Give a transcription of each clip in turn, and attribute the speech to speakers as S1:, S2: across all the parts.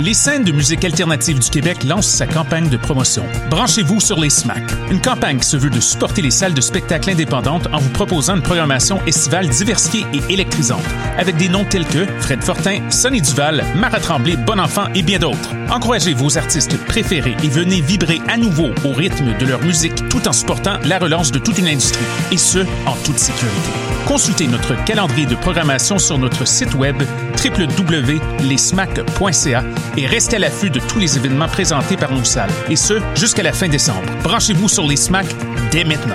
S1: les scènes de musique alternative du Québec lancent sa campagne de promotion. Branchez-vous sur les SMAC, une campagne qui se veut de supporter les salles de spectacle indépendantes en vous proposant une programmation estivale diversifiée et électrisante, avec des noms tels que Fred Fortin, Sonny Duval, Marat Tremblay, Bon Enfant et bien d'autres. Encouragez vos artistes préférés et venez vibrer à nouveau au rythme de leur musique tout en supportant la relance de toute une industrie, et ce, en toute sécurité. Consultez notre calendrier de programmation sur notre site web www.lesmac.ca et restez à l'affût de tous les événements présentés par nos salles, et ce, jusqu'à la fin décembre. Branchez-vous sur les SMAC dès maintenant.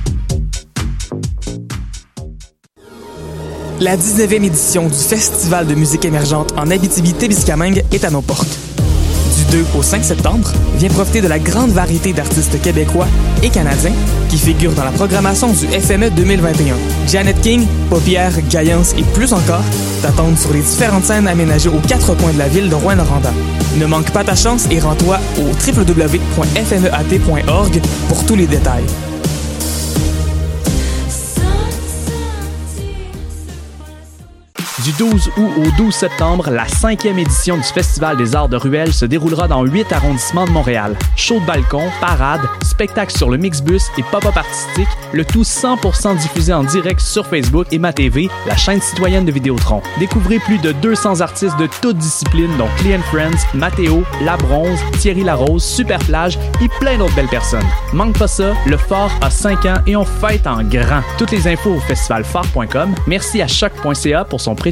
S2: La 19e édition du Festival de musique émergente en Abitibi-Témiscamingue est à nos portes. Du 2 au 5 septembre, viens profiter de la grande variété d'artistes québécois et canadiens qui figurent dans la programmation du E FME 2021. Janet King, Paupière, Gaillance et plus encore t'attendent sur les différentes scènes aménagées aux quatre coins de la ville de Rouen-Noranda. Ne manque pas ta chance et rends-toi au E www.fmeat.org pour tous les détails.
S3: Du 12 août au 12 septembre, la cinquième édition du Festival des arts de Ruelle se déroulera dans huit arrondissements de Montréal. Show de balcon, parade, spectacle sur le Mixbus et pop-up artistique, le tout 100% diffusé en direct sur Facebook et MaTV, la chaîne citoyenne de Vidéotron. Découvrez plus de 200 artistes de toutes disciplines, dont Clean Friends, Mathéo, La Bronze, Thierry Larose, Superplage et plein d'autres belles personnes. Manque pas ça, le Fort a 5 ans et on fête en grand. Toutes les infos au festivalphare.com. Merci à choc.ca pour son précieux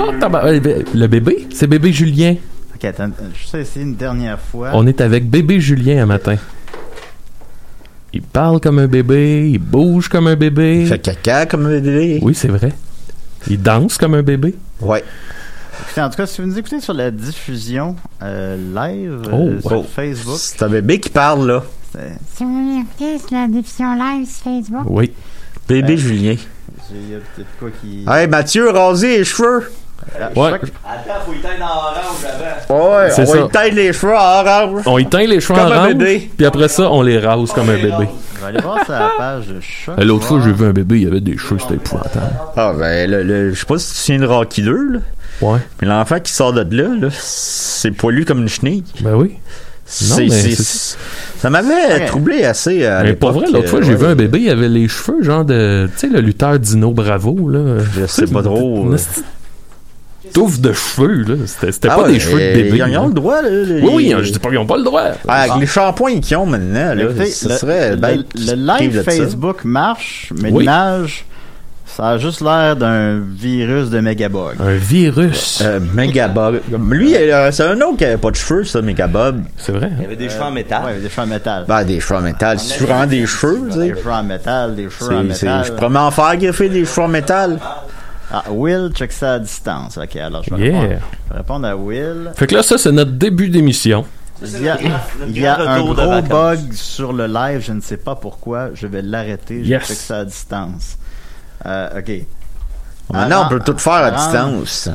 S4: Oh, euh, Le bébé, c'est bébé Julien.
S5: Ok, attends,
S6: euh,
S5: je sais essayer une dernière fois.
S4: On est avec bébé Julien un matin. Il parle comme un bébé, il bouge comme un bébé.
S6: Il fait caca comme un bébé.
S4: Oui, c'est vrai. Il danse comme un bébé.
S6: Ouais.
S5: Écoutez, en tout cas, si vous nous écoutez sur la diffusion euh, live
S4: Oh,
S5: euh, sur
S6: oh.
S5: Facebook,
S6: C'est un bébé qui parle, là.
S5: c'est-
S7: Si vous écoutez sur la diffusion live sur Facebook,
S4: Oui.
S6: Bébé
S5: Ouais.
S6: Julien.
S5: j'ai- Euh, il y a peut-être quoi qui.
S6: Hey, Mathieu, rasez les cheveux.
S5: Ah,
S4: Ouais.
S5: je sais que-
S6: Ouais,
S4: C'est
S6: on
S4: ça.
S6: va éteindre les cheveux en orange.
S4: On éteint les cheveux
S6: Comme
S4: en
S6: un
S4: orange,
S6: bébé.
S4: puis après ça, on les rase comme un bébé.
S5: Je vais aller voir sur la page de Choc.
S4: Euh, L'autre fois, j'ai vu un bébé, il avait des cheveux, c'était épouvantable.
S6: Ah, ben, le, le- je sais pas si tu te souviens de Rocky 2, là.
S4: Ouais.
S6: Mais l'enfant qui sort de là, là, c'est poilu comme une chenille.
S4: Ben oui.
S6: C'est-
S4: mais
S6: c'est-
S4: c'est-
S6: c'est- Ça m'avait
S5: Ouais.
S6: troublé assez. à
S4: Mais pas
S6: l'époque,
S4: vrai, l'autre fois,
S6: euh,
S4: j'ai vu
S6: ouais.
S4: un bébé, il avait les cheveux, genre de. Tu sais, le lutteur Dino Bravo, là.
S6: Je sais pas trop,
S4: Une
S6: euh.
S4: petite touffe de cheveux, là. C'était c'était
S6: Ah
S4: pas
S6: ouais,
S4: des cheveux de
S6: euh,
S4: bébé.
S6: Ils
S4: là.
S6: ont le droit, là. les-
S4: Oui, oui, hein, je dis pas qu'ils ont pas le droit.
S6: Ah, avec les shampoings qu'ils ont maintenant, là,
S5: Écoutez,
S6: ce
S5: le-
S6: serait
S5: le,
S6: bête qu'ils
S5: le
S6: se privent
S5: live
S6: de ça.
S5: Facebook marche, mais
S4: Oui.
S5: l'image, ça a juste l'air d'un virus de Megabug.
S4: Un virus.
S6: Euh, Megabob. Lui, euh, c'est un autre qui avait pas de cheveux, ça, Megabob.
S4: C'est vrai. hein?
S8: avait des cheveux en métal.
S5: euh, Ouais, des cheveux en métal.
S6: Ben, des cheveux en métal. C'est vraiment des cheveux, tu
S5: Des
S6: sais.
S5: cheveux en métal, des cheveux en
S6: C'est- c'est-
S5: métal.
S6: Je pourrais m'en faire greffer des cheveux en métal.
S5: Ah, Will, check ça à distance. Ok, alors je vais,
S4: Yeah.
S5: répondre, je vais répondre à Will.
S4: Fait que là, ça, c'est notre début d'émission.
S5: Il y a, il y a un gros bug sur le live, je ne sais pas pourquoi. Je vais l'arrêter, je
S4: Yes.
S5: check ça à distance. Euh, ok.
S6: Maintenant, Ah, on peut tout faire à
S5: Arrange.
S6: distance.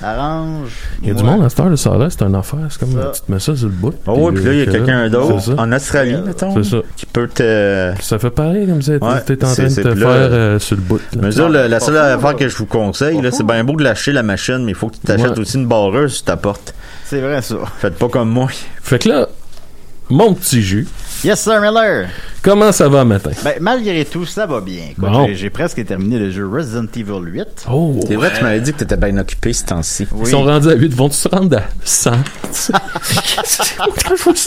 S5: Arrange.
S4: Il y a du monde à cette heure de soleil, c'est un affaire. C'est comme,
S5: Ça.
S4: tu te mets ça sur le bout.
S6: Oh, puis là, il y a
S4: que
S6: quelqu'un
S4: C'est
S6: d'autre,
S4: ça.
S6: en Australie, mettons,
S4: C'est ça.
S6: qui peut te...
S4: Puis Ça fait pareil comme ça.
S6: Ouais,
S4: T'es en train
S6: c'est-
S4: de te
S6: c'est
S4: faire
S6: plus là.
S4: euh, sur le bout. là.
S6: Mais ça, le- la seule
S5: Pas fou,
S6: affaire
S5: là.
S6: que je vous conseille, là, c'est bien beau de lâcher la machine, mais il faut que tu t'achètes
S4: Ouais.
S6: aussi une barreuse sur ta porte.
S5: C'est vrai, ça.
S6: Faites pas comme moi.
S4: Fait que là, mon petit jus,
S5: Yes, sir, Miller.
S4: comment ça va matin?
S5: Ben, malgré tout, ça va bien. Écoute,
S4: Bon.
S5: j'ai- J'ai presque terminé le jeu Resident Evil 8.
S4: Oh!
S6: C'est vrai, tu m'avais dit que t'étais bien occupé ce temps-ci.
S4: Ils sont rendus à 8, vont-tu se rendre à 100? ça,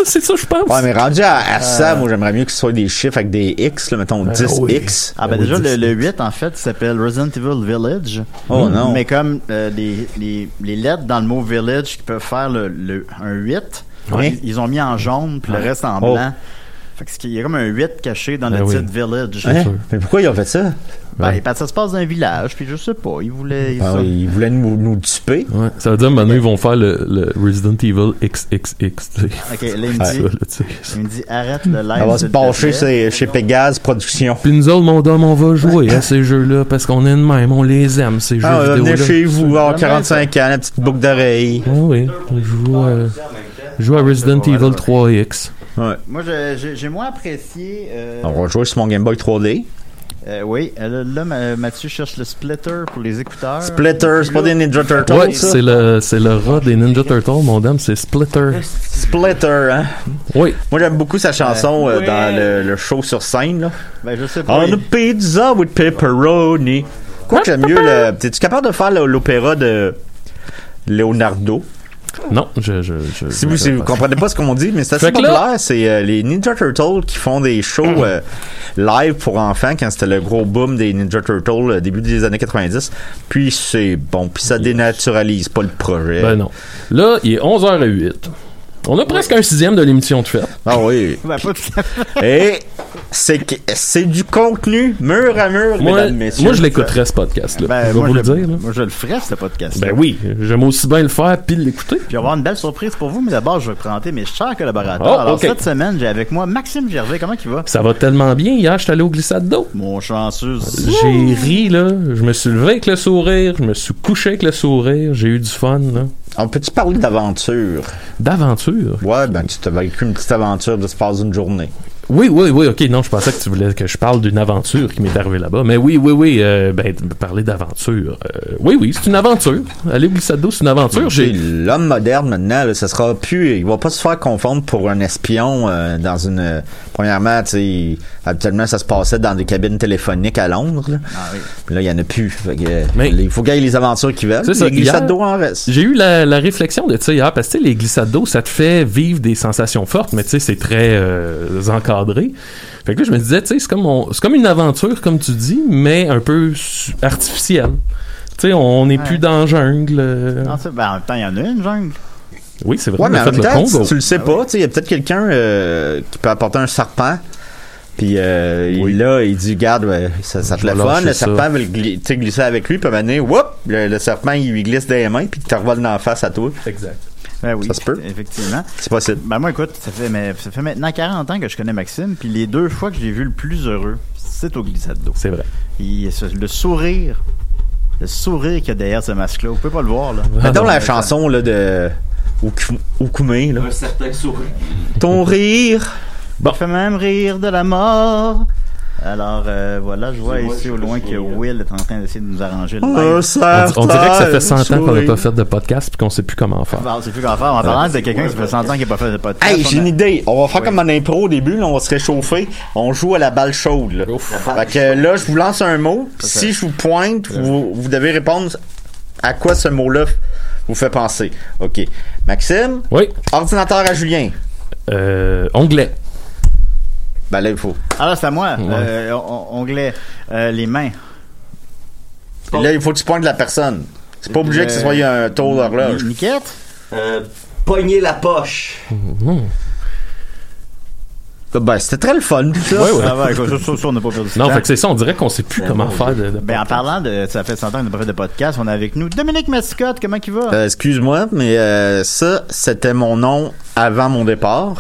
S4: c'est ça, je pense.
S6: Ouais, mais rendu à,
S5: Euh.
S6: à ça, moi, j'aimerais mieux que ce soit des chiffres avec des X, là, mettons 10X.
S5: Ah ben
S4: Oui,
S5: déjà le,
S4: dis-
S5: le 8 en fait s'appelle Resident Evil Village.
S6: Oh, non.
S5: Mais comme euh, les, les, les lettres dans le mot village qui peuvent faire le, le- un 8,
S6: Ouais.
S5: ils, ils ont mis en jaune puis le reste en
S6: Oh.
S5: blanc. Fait que ce qui- il y a comme un 8 caché dans
S4: Ben
S5: le
S4: oui.
S5: titre village.
S6: Hein?
S4: sûr.
S6: Mais pourquoi ils ont fait ça?
S5: Ben, parce que ça se passe dans un village, puis je sais pas, ils voulaient
S6: Ben,
S5: ça.
S6: ils voulaient nous, nous tuer.
S4: Ouais, ça veut dire maintenant ils vont faire le, le Resident Evil XXX. tu sais.
S5: Ok, là il
S4: Ça,
S5: me
S4: là,
S5: dit,
S4: tu sais.
S5: il me dit arrête le live.
S6: On va se
S5: s'il te
S6: pencher
S5: plaît.
S6: chez, chez Pégase Productions.
S4: Puis nous autres, mon dame, on va jouer à ces jeux-là parce qu'on est de même, on les aime, ces
S6: Ah,
S4: jeux
S6: venez
S4: vidéo-là.
S6: chez vous, avoir 45 ans, la petite boucle d'oreille.
S4: Ah oui, on joue à, joue à Resident Evil 3X.
S6: Ouais.
S5: Moi je- j'ai j'ai moins apprécié. euh,
S6: On va jouer sur mon Game Boy 3D.
S5: euh, oui, euh, là, là, Mathieu cherche le splitter pour les écouteurs.
S6: Splitter, c'est pas des Ninja Turtles,
S4: Ouais,
S6: ça?
S4: c'est le, c'est le rat des Ninja Turtles, mon dame, c'est Splitter.
S6: Splitter, hein?
S4: Oui,
S6: Moi, j'aime beaucoup sa chanson euh, dans le, le show sur scène, là.
S5: Ben je sais pas.
S6: On a pizza with pepperoni. Quoi que j'aime mieux le... T'es-tu capable de faire le- l'opéra de Leonardo?
S4: non, je. je, je
S6: Si vous,
S4: je-
S6: si vous comprenez pas ce qu'on dit, mais c'est assez
S4: Fait que là- Mm.
S6: populaire, c'est euh, les Ninja Turtles qui font des shows euh, live pour enfants quand c'était le gros boom des Ninja Turtles euh, début des années 90. Puis c'est bon, puis ça dénaturalise pas le projet.
S4: Ben non. Là, il est 11h08. On a presque un sixième de l'émission de fête.
S6: Ah oui.
S5: Ben, pas tout à fait.
S6: Et c'est que- c'est du contenu mur à mur,
S4: Moi,
S6: mesdames, messieurs.
S4: moi je l'écouterais ce podcast-là.
S5: Ben,
S4: je vais
S5: moi,
S4: vous le
S5: je,
S4: dire. là.
S5: moi, je le ferai, ce podcast.
S4: Ben oui, j'aime aussi bien le faire puis l'écouter.
S5: Puis on va avoir une belle surprise pour vous, mais d'abord, je vais présenter mes chers collaborateurs.
S4: Oh,
S5: Alors,
S4: ok.
S5: cette semaine, j'ai avec moi Maxime Gervais. Comment il va?
S4: Ça va tellement bien. Hier, j'étais allé au glissade d'eau.
S5: Mon chanceux.
S4: J'ai ri, là. Je me suis levé avec le sourire. Je me suis couché avec le sourire. J'ai eu du fun, là.
S6: On peut-tu parler d'aventure?
S4: D'aventure.
S6: Ouais, ben tu t'as vécu une petite aventure de se passer une journée.
S4: Oui, oui, oui, ok. Non, je pensais que tu voulais que je parle d'une aventure qui m'est arrivée là-bas. Mais oui, oui, oui. euh, ben, de me parler d'aventure. euh, oui, oui, c'est une aventure. Aller au glissade d'eau, c'est une aventure.
S6: Puis
S4: J'ai.
S6: L'homme moderne maintenant, là, ça sera plus. Il va pas se faire confondre pour un espion euh, dans une. premièrement, tu sais, habituellement ça se passait dans des cabines téléphoniques à Londres. Là. Puis là, il y en a plus. Fait que, euh,
S4: Mais-
S6: il faut gagner les aventures qui veulent.
S4: C'est ça,
S6: Les glissades
S4: hier-
S6: d'eau en reste.
S4: J'ai eu la, la réflexion de ça hier, parce que tu sais, les glissades d'eau, ça te fait vivre des sensations fortes, mais tu sais, c'est très euh, encadré. Fait que là, je me disais, tu sais, c'est comme, on- c'est comme une aventure, comme tu dis, mais un peu su- artificielle. Tu sais, on n'est plus dans la jungle. euh.
S5: Non, ça, ben, en même temps, il y en a une jungle.
S4: Oui, c'est vrai,
S6: Ouais,
S4: on
S6: mais
S4: a
S6: en
S4: fait
S6: même
S4: le
S6: temps,
S4: Congo.
S6: tu, tu le sais pas. Tu sais, il y a peut-être quelqu'un euh, qui peut apporter un serpent. Puis euh, il- là, il dit, garde, ouais, ça, ça te
S4: Je
S6: le
S4: vais
S6: fun.
S4: lâcher
S6: Le
S4: ça.
S6: serpent veut le gli- tu sais, glisser avec lui. Puis à un moment donné, whoop, le, le serpent, il lui glisse des mains. Puis il te revole dans la face à toi.
S4: Exact.
S5: Ben oui,
S6: Ça se peut.
S5: effectivement.
S6: C'est possible.
S5: Ben moi, écoute, ça fait, mais, ça fait maintenant 40 ans que je connais Maxime, puis les deux fois que je l'ai vu le plus heureux, c'est au glissade d'eau.
S4: C'est vrai.
S5: Il- ce- Le sourire, le sourire qu'il y a derrière ce masque-là, vous pouvez pas le voir, là.
S4: Ah,
S5: Ah,
S6: Mettons la chanson là, de Oku- Okume. Là. Un certain sourire. Ton rire.
S5: Il fait même rire de la mort. Alors euh, voilà, je vois ici au loin que Will est en train d'essayer de nous arranger le Ah, live.
S6: Un
S4: On,
S6: certain
S4: di- on dirait que ça fait 100 ans qu'on n'a
S6: sourire.
S4: pas fait de podcast puis qu'on sait plus comment faire.
S5: Bon, Ah, c'est plus qu'en faire. En parlant de quelqu'un qui fait 100 ans qu'il n'a pas fait de podcast.
S6: Hey, j'ai
S5: on a-
S6: une idée. On va faire comme en impro au début. Là, on va se réchauffer. On joue à la balle chaude. Là. Fait que là, je vous lance un mot. puis Si je vous pointe, vous, vous devez répondre à quoi ce mot-là f- vous fait penser. OK. Maxime,
S4: Oui,
S6: ordinateur à Julien.
S4: euh, onglet.
S6: Ben là, il faut.
S5: Alors, Ah, c'est à moi. Euh, on- on- onglet. Euh, les mains.
S6: Là, il faut que tu pointes la personne. C'est pas obligé que ce
S5: Euh,
S6: soit un tour d'horloge.
S5: Ni- Niquette.
S4: Hmm.
S6: Ben, c'était très le fun, tout ça.
S4: Ouais, ouais.
S5: Ça va, écoute, ça, ça, ça, on n'a pas perdu de
S4: Non,
S5: temps.
S4: fait que c'est ça, on dirait qu'on sait plus comment faire de, de
S5: Ben, en
S4: podcast.
S5: parlant de. Ça fait 100 ans qu'on n'a pas fait de podcast. On a avec nous Dominique Mascotte. Comment il va? Ah,
S6: Euh, Excuse-moi, mais euh, ça, c'était mon nom avant mon départ.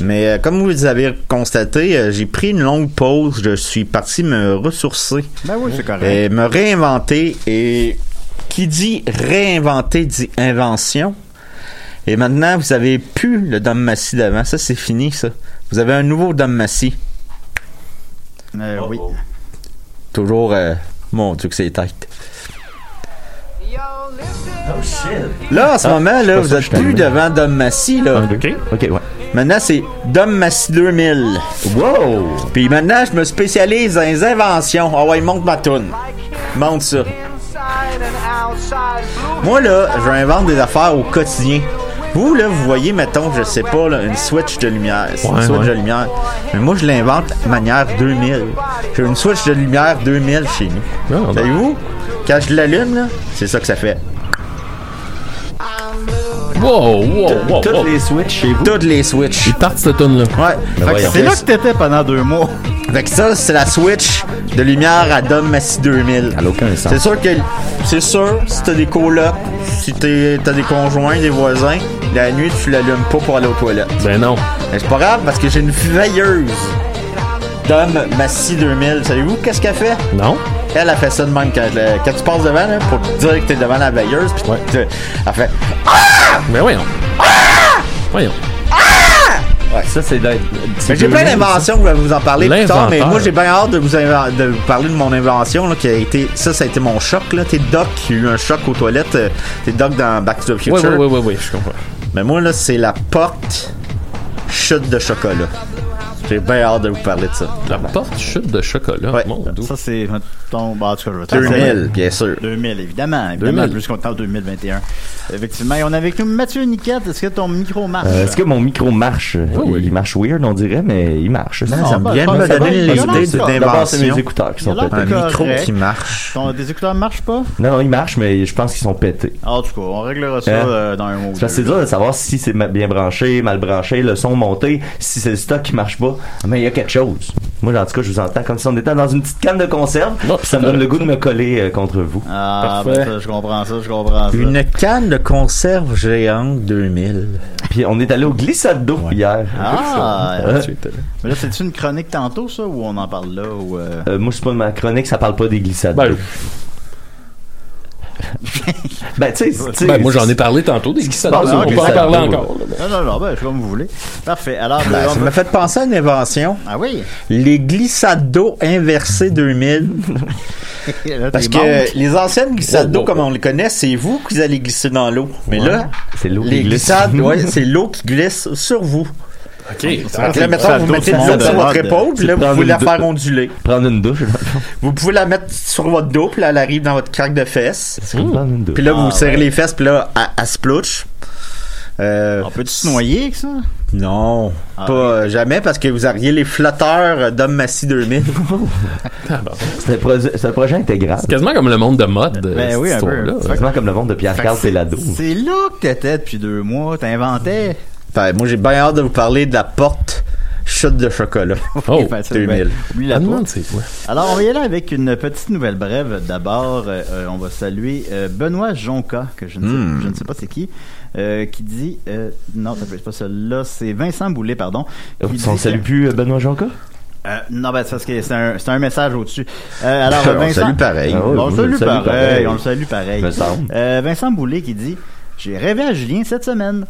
S6: Mais euh, comme vous avez constaté, euh, j'ai pris une longue pause. Je suis parti me ressourcer,
S5: Ben oui, c'est correct.
S6: et me réinventer. Et qui dit réinventer dit invention. Et maintenant, vous avez plus le Dom Massy d'avant. Ça, c'est fini, ça. Vous avez un nouveau Dom Massy.
S5: Euh, oui.
S6: Toujours, euh, mon Dieu, que c'est tight. Là,
S4: Ah,
S6: en ce moment, là, vous êtes plus devant Dom Massy, là.
S4: OK.
S8: Ok, ouais.
S6: Maintenant, c'est Dom Massy 2000.
S8: Wow!
S6: Puis maintenant, je me spécialise dans les inventions. Ah ouais, monte ma toune. Monte ça. Moi, là, je réinvente des affaires au quotidien. Vous, là, vous voyez, mettons, je sais pas, là, une switch de lumière. C'est une
S4: Ouais,
S6: switch
S4: ouais.
S6: de lumière. Mais moi, je l'invente manière 2000. J'ai une switch de lumière 2000 chez nous.
S4: Ah, ben.
S6: Savez-vous? Quand je l'allume, là, c'est ça que ça fait.
S4: Wow, wow, wow,
S8: Toutes
S4: wow.
S8: les switches chez vous.
S6: Toutes les switches.
S4: Il part cette tonne là
S6: Ouais. Fait que
S8: voyons.
S6: c'est
S5: C'est
S6: là
S5: là que t'étais pendant deux mois.
S6: que- fait que ça, c'est la switch de lumière à Dom Massy 2000.
S8: Elle n'a aucun
S6: C'est
S8: sens.
S6: sûr que c'est sûr, si t'as des colocs, si t'es- t'as des conjoints, des voisins, la nuit tu l'allumes pas pour aller aux toilettes.
S4: Ben non.
S6: Mais c'est pas grave parce que j'ai une veilleuse d'homme Massy 2000. Savez-vous qu'est-ce qu'elle fait?
S4: Non.
S6: Elle a fait ça de même quand, je la- quand tu passes devant là, pour te dire que t'es devant la veilleuse. Puis
S4: Ouais.
S6: tu- elle fait Ah!
S4: Ben voyons. Voyons.
S8: Ça, c'est d'être.
S6: Mais j'ai plein d'inventions, je vais vous en parler plus tard, mais
S4: L'inventeur.
S6: moi j'ai bien hâte de vous, inven- de vous parler de mon invention là, qui a été. Ça, ça a été mon choc, là. T'es Doc qui a eu un choc aux toilettes. euh, T'es Doc dans Back to the
S4: Oui,
S6: Future.
S4: oui, oui, oui, oui, je comprends.
S6: Mais moi là, c'est la porte chute de chocolat. J'ai bien hâte de vous parler de ça.
S4: La porte chute de chocolat.
S6: Ouais.
S4: Mon Dieu.
S5: Ça, c'est. Mettons, bah, en tout cas, je vais te
S6: 2000, bien sûr.
S5: 2000, évidemment. évidemment
S4: 2000.
S5: Plus qu'on est en 2021. Effectivement. Et on a avec nous Mathieu Niquette. Est-ce que ton micro marche?
S8: Euh, Est-ce que mon micro marche?
S4: oui.
S8: Il marche weird, on dirait, mais il marche.
S6: Oh Non, ça
S5: bah,
S6: vient de
S5: je
S6: me
S5: pense que
S6: donner
S5: ça va.
S6: l'idée
S5: Ça va.
S6: d'une
S8: D'abord, c'est mes
S6: invention.
S8: écouteurs qui sont
S5: Il a l'air
S8: pétés.
S6: Un micro
S5: Correct.
S6: qui marche.
S5: Ton, tes écouteurs marchent pas?
S8: Non, non, ils marchent, mais je pense qu'ils sont pétés.
S5: En tout cas, on réglera ça
S8: Hein?
S5: euh, dans un mot. ou
S8: C'est parce que
S5: deux.
S8: c'est dur de savoir si c'est ma- bien branché, mal branché, le son monté, si c'est le stock qui marche pas. Mais il y a quelque chose. Moi, en tout cas, je vous entends comme si on était dans une petite canne de conserve.
S4: Oh,
S8: ça me donne le goût de me coller euh, contre vous.
S5: Ah,
S4: Parfait.
S5: ben ça, je comprends ça, je comprends ça.
S6: Une canne de conserve géante 2000.
S8: Puis on est allé au glissade d'eau hier.
S5: Ah!
S8: Euh,
S5: Mais là, c'est-tu une chronique tantôt, ça, ou on en parle là, ou... euh,
S8: euh, moi, je suis pas de ma chronique, ça parle pas des glissades
S4: Ben,
S8: d'eau. Ben, tu sais, tu sais,
S4: ben, moi, j'en ai parlé tantôt des glissades.
S8: Bon,
S5: Ah,
S4: on
S8: ok,
S4: peut en
S8: ça
S4: parler
S8: va.
S4: encore. là,
S5: Non,
S4: mais-
S5: non, non, ben, c'est comme vous voulez. Parfait, alors...
S6: Ben,
S5: Ah, on
S6: ça
S5: va-
S6: m'a fait penser à une invention.
S5: Ah oui?
S6: Les glissades d'eau inversées 2000.
S5: Là,
S6: Parce
S5: t'es
S6: que
S5: manque.
S6: les anciennes glissades
S4: Wow,
S6: d'eau,
S4: wow,
S6: comme
S4: wow.
S6: on les connaît, c'est vous qui allez glisser dans l'eau. Mais là,
S8: C'est l'eau
S6: les
S8: qui glisse.
S6: glissades, ouais, c'est l'eau qui glisse sur vous.
S4: OK.
S6: Donc
S5: c'est
S6: là,
S5: une
S6: mettons,
S5: glissade
S6: vous
S5: d'eau
S6: mettez
S5: qui
S6: de l'eau
S5: monte
S6: sur
S5: de
S6: votre
S5: mode.
S6: épaule, puis
S8: Tu
S6: là, vous
S8: prends
S6: pouvez
S8: une
S6: la
S8: dou-
S6: faire onduler.
S8: Prendre une douche.
S6: Vous pouvez la mettre sur votre dos, puis là, elle arrive dans votre craque de fesses.
S8: Prendre une douche.
S6: Puis là, vous
S5: Ah,
S6: serrez
S5: ouais.
S6: les fesses, puis là, elle, elle se plouche. Euh,
S5: On peut-tu se noyer avec ça?
S6: Non,
S5: Ah,
S6: pas euh, jamais, parce que vous auriez les flotteurs euh, d'Homme Massy 2000.
S8: C'est un, projet- c'est un projet intégral.
S4: C'est quasiment comme le monde de mode. euh,
S5: Ben
S4: cette
S5: oui, un peu.
S4: histoire-là.
S8: C'est vraiment comme le monde de
S5: Fait que
S8: Pierre-Carl
S5: c'est-
S8: Pelado.
S5: C'est là que t'étais depuis deux mois, t'inventais.
S6: Fait, Ben, moi, j'ai bien hâte de vous parler de la porte chute de chocolat.
S4: Oh, Ah,
S5: Fait, ça,
S6: 2000.
S5: ben, oublie
S4: la
S5: la toi.
S4: demande, c'est quoi?
S5: Alors, on va y aller avec une petite nouvelle brève. D'abord, euh, euh, on va saluer euh, Benoît Jonca, que je ne sais,
S8: Hmm.
S5: je ne sais pas c'est qui, euh, qui dit... euh, non, ça peut être pas celle-là, c'est Vincent Boulet, pardon.
S8: Oh,
S5: qui dit
S8: On
S5: que-
S8: salue plus euh, Benoît Jonca?
S5: Euh, non, ben, c'est parce que c'est un, c'est un message au-dessus. Euh, alors,
S6: On
S5: Vincent...
S6: salue pareil.
S8: Ah
S5: on
S8: oui, oui,
S5: le
S8: on
S5: salue
S8: le salue
S5: pareil,
S8: pareil.
S5: on le salue pareil.
S8: Me semble.
S5: Euh, Vincent Boulet qui dit... J'ai rêvé à Julien cette semaine.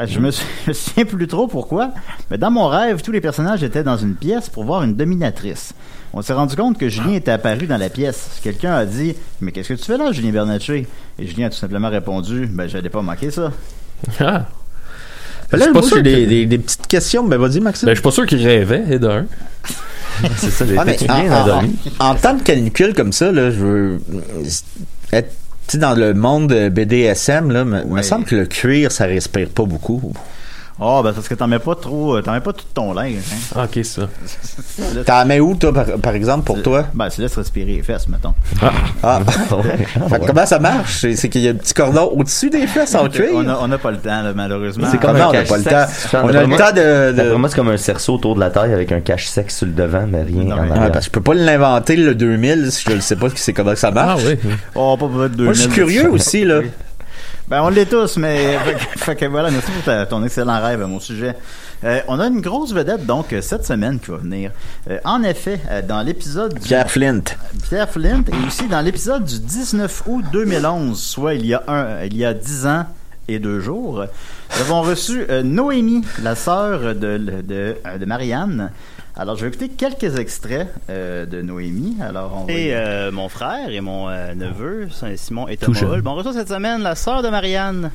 S5: Euh, Je me sou- je me souviens plus trop pourquoi, mais dans mon rêve, tous les personnages étaient dans une pièce pour voir une dominatrice. On s'est rendu compte que Julien était apparu dans la pièce. Quelqu'un a dit Mais qu'est-ce que tu fais là, Julien Bernatchez Et Julien a tout simplement répondu Ben, j'allais pas manquer ça.
S4: Ah.
S6: Fait Ben
S4: Je
S6: Là,
S4: suis pas
S6: moi,
S4: sûr
S6: j'ai
S4: que-
S6: des, des- des petites questions. Ben, vas-y, Maxime.
S4: Ben, je suis pas sûr qu'il rêvait, et d'un.
S8: C'est ça, j'ai
S6: Ah, mais
S8: été
S6: en,
S8: bien
S6: en-
S8: endormi.
S6: en- en temps de canicule comme ça, là, je veux euh, être tu sais, dans le monde euh, BDSM. Là, me, me
S5: Ouais.
S6: semble que le cuir, ça respire pas beaucoup.
S5: Oh, ben, parce que t'en mets pas trop, euh, t'en mets pas tout ton linge. Hein.
S4: Ah, OK, c'est ça.
S6: T'en mets où, toi, par, par exemple, pour toi?
S5: Ben, tu laisses respirer les fesses, mettons.
S6: Ah.
S8: Ouais.
S6: Fait que Comment ça marche? C'est c'est qu'il y a un petit cordon au-dessus des fesses en cuir.
S5: On a, on a pas le temps, là, malheureusement.
S8: C'est comme
S6: Comment
S8: un
S6: on n'a
S8: cache
S6: pas le temps?
S8: sexe.
S6: On a le
S8: Vraiment-
S6: temps de... de-
S8: D'après moi, c'est comme un cerceau autour de la taille avec un cache sexe sur le devant, mais rien
S5: Non,
S8: en
S5: mais-
S6: Ouais,
S8: arrière.
S6: parce que je peux pas l'inventer le 2000 si je ne sais pas c'est comment que ça
S4: Ah
S6: marche.
S4: oui.
S5: Oh, pas besoin de
S6: Moi, je suis
S5: 2000.
S6: curieux aussi, là. Ben, on l'est tous, mais. fait que- fait que voilà, merci pour ta- ton excellent rêve à mon sujet. Euh, on a une grosse vedette, donc, euh, cette semaine qui va venir. Euh, en effet, euh, dans l'épisode du.
S9: Pierre Flint.
S6: Pierre Flint est aussi dans l'épisode du 19 août 2011, soit il y a un, il y a 10 ans et deux jours. Nous avons reçu euh, Noémie, la sœur de, de, euh, de Marianne. Alors, je vais écouter quelques extraits euh, de Noémie. Alors, on va-
S5: Et euh, mon frère et mon euh, neveu, Saint-Simon et
S6: Tout
S5: Thomas
S6: jeune.
S5: Hall. Bon retour cette semaine, la sœur de Marianne,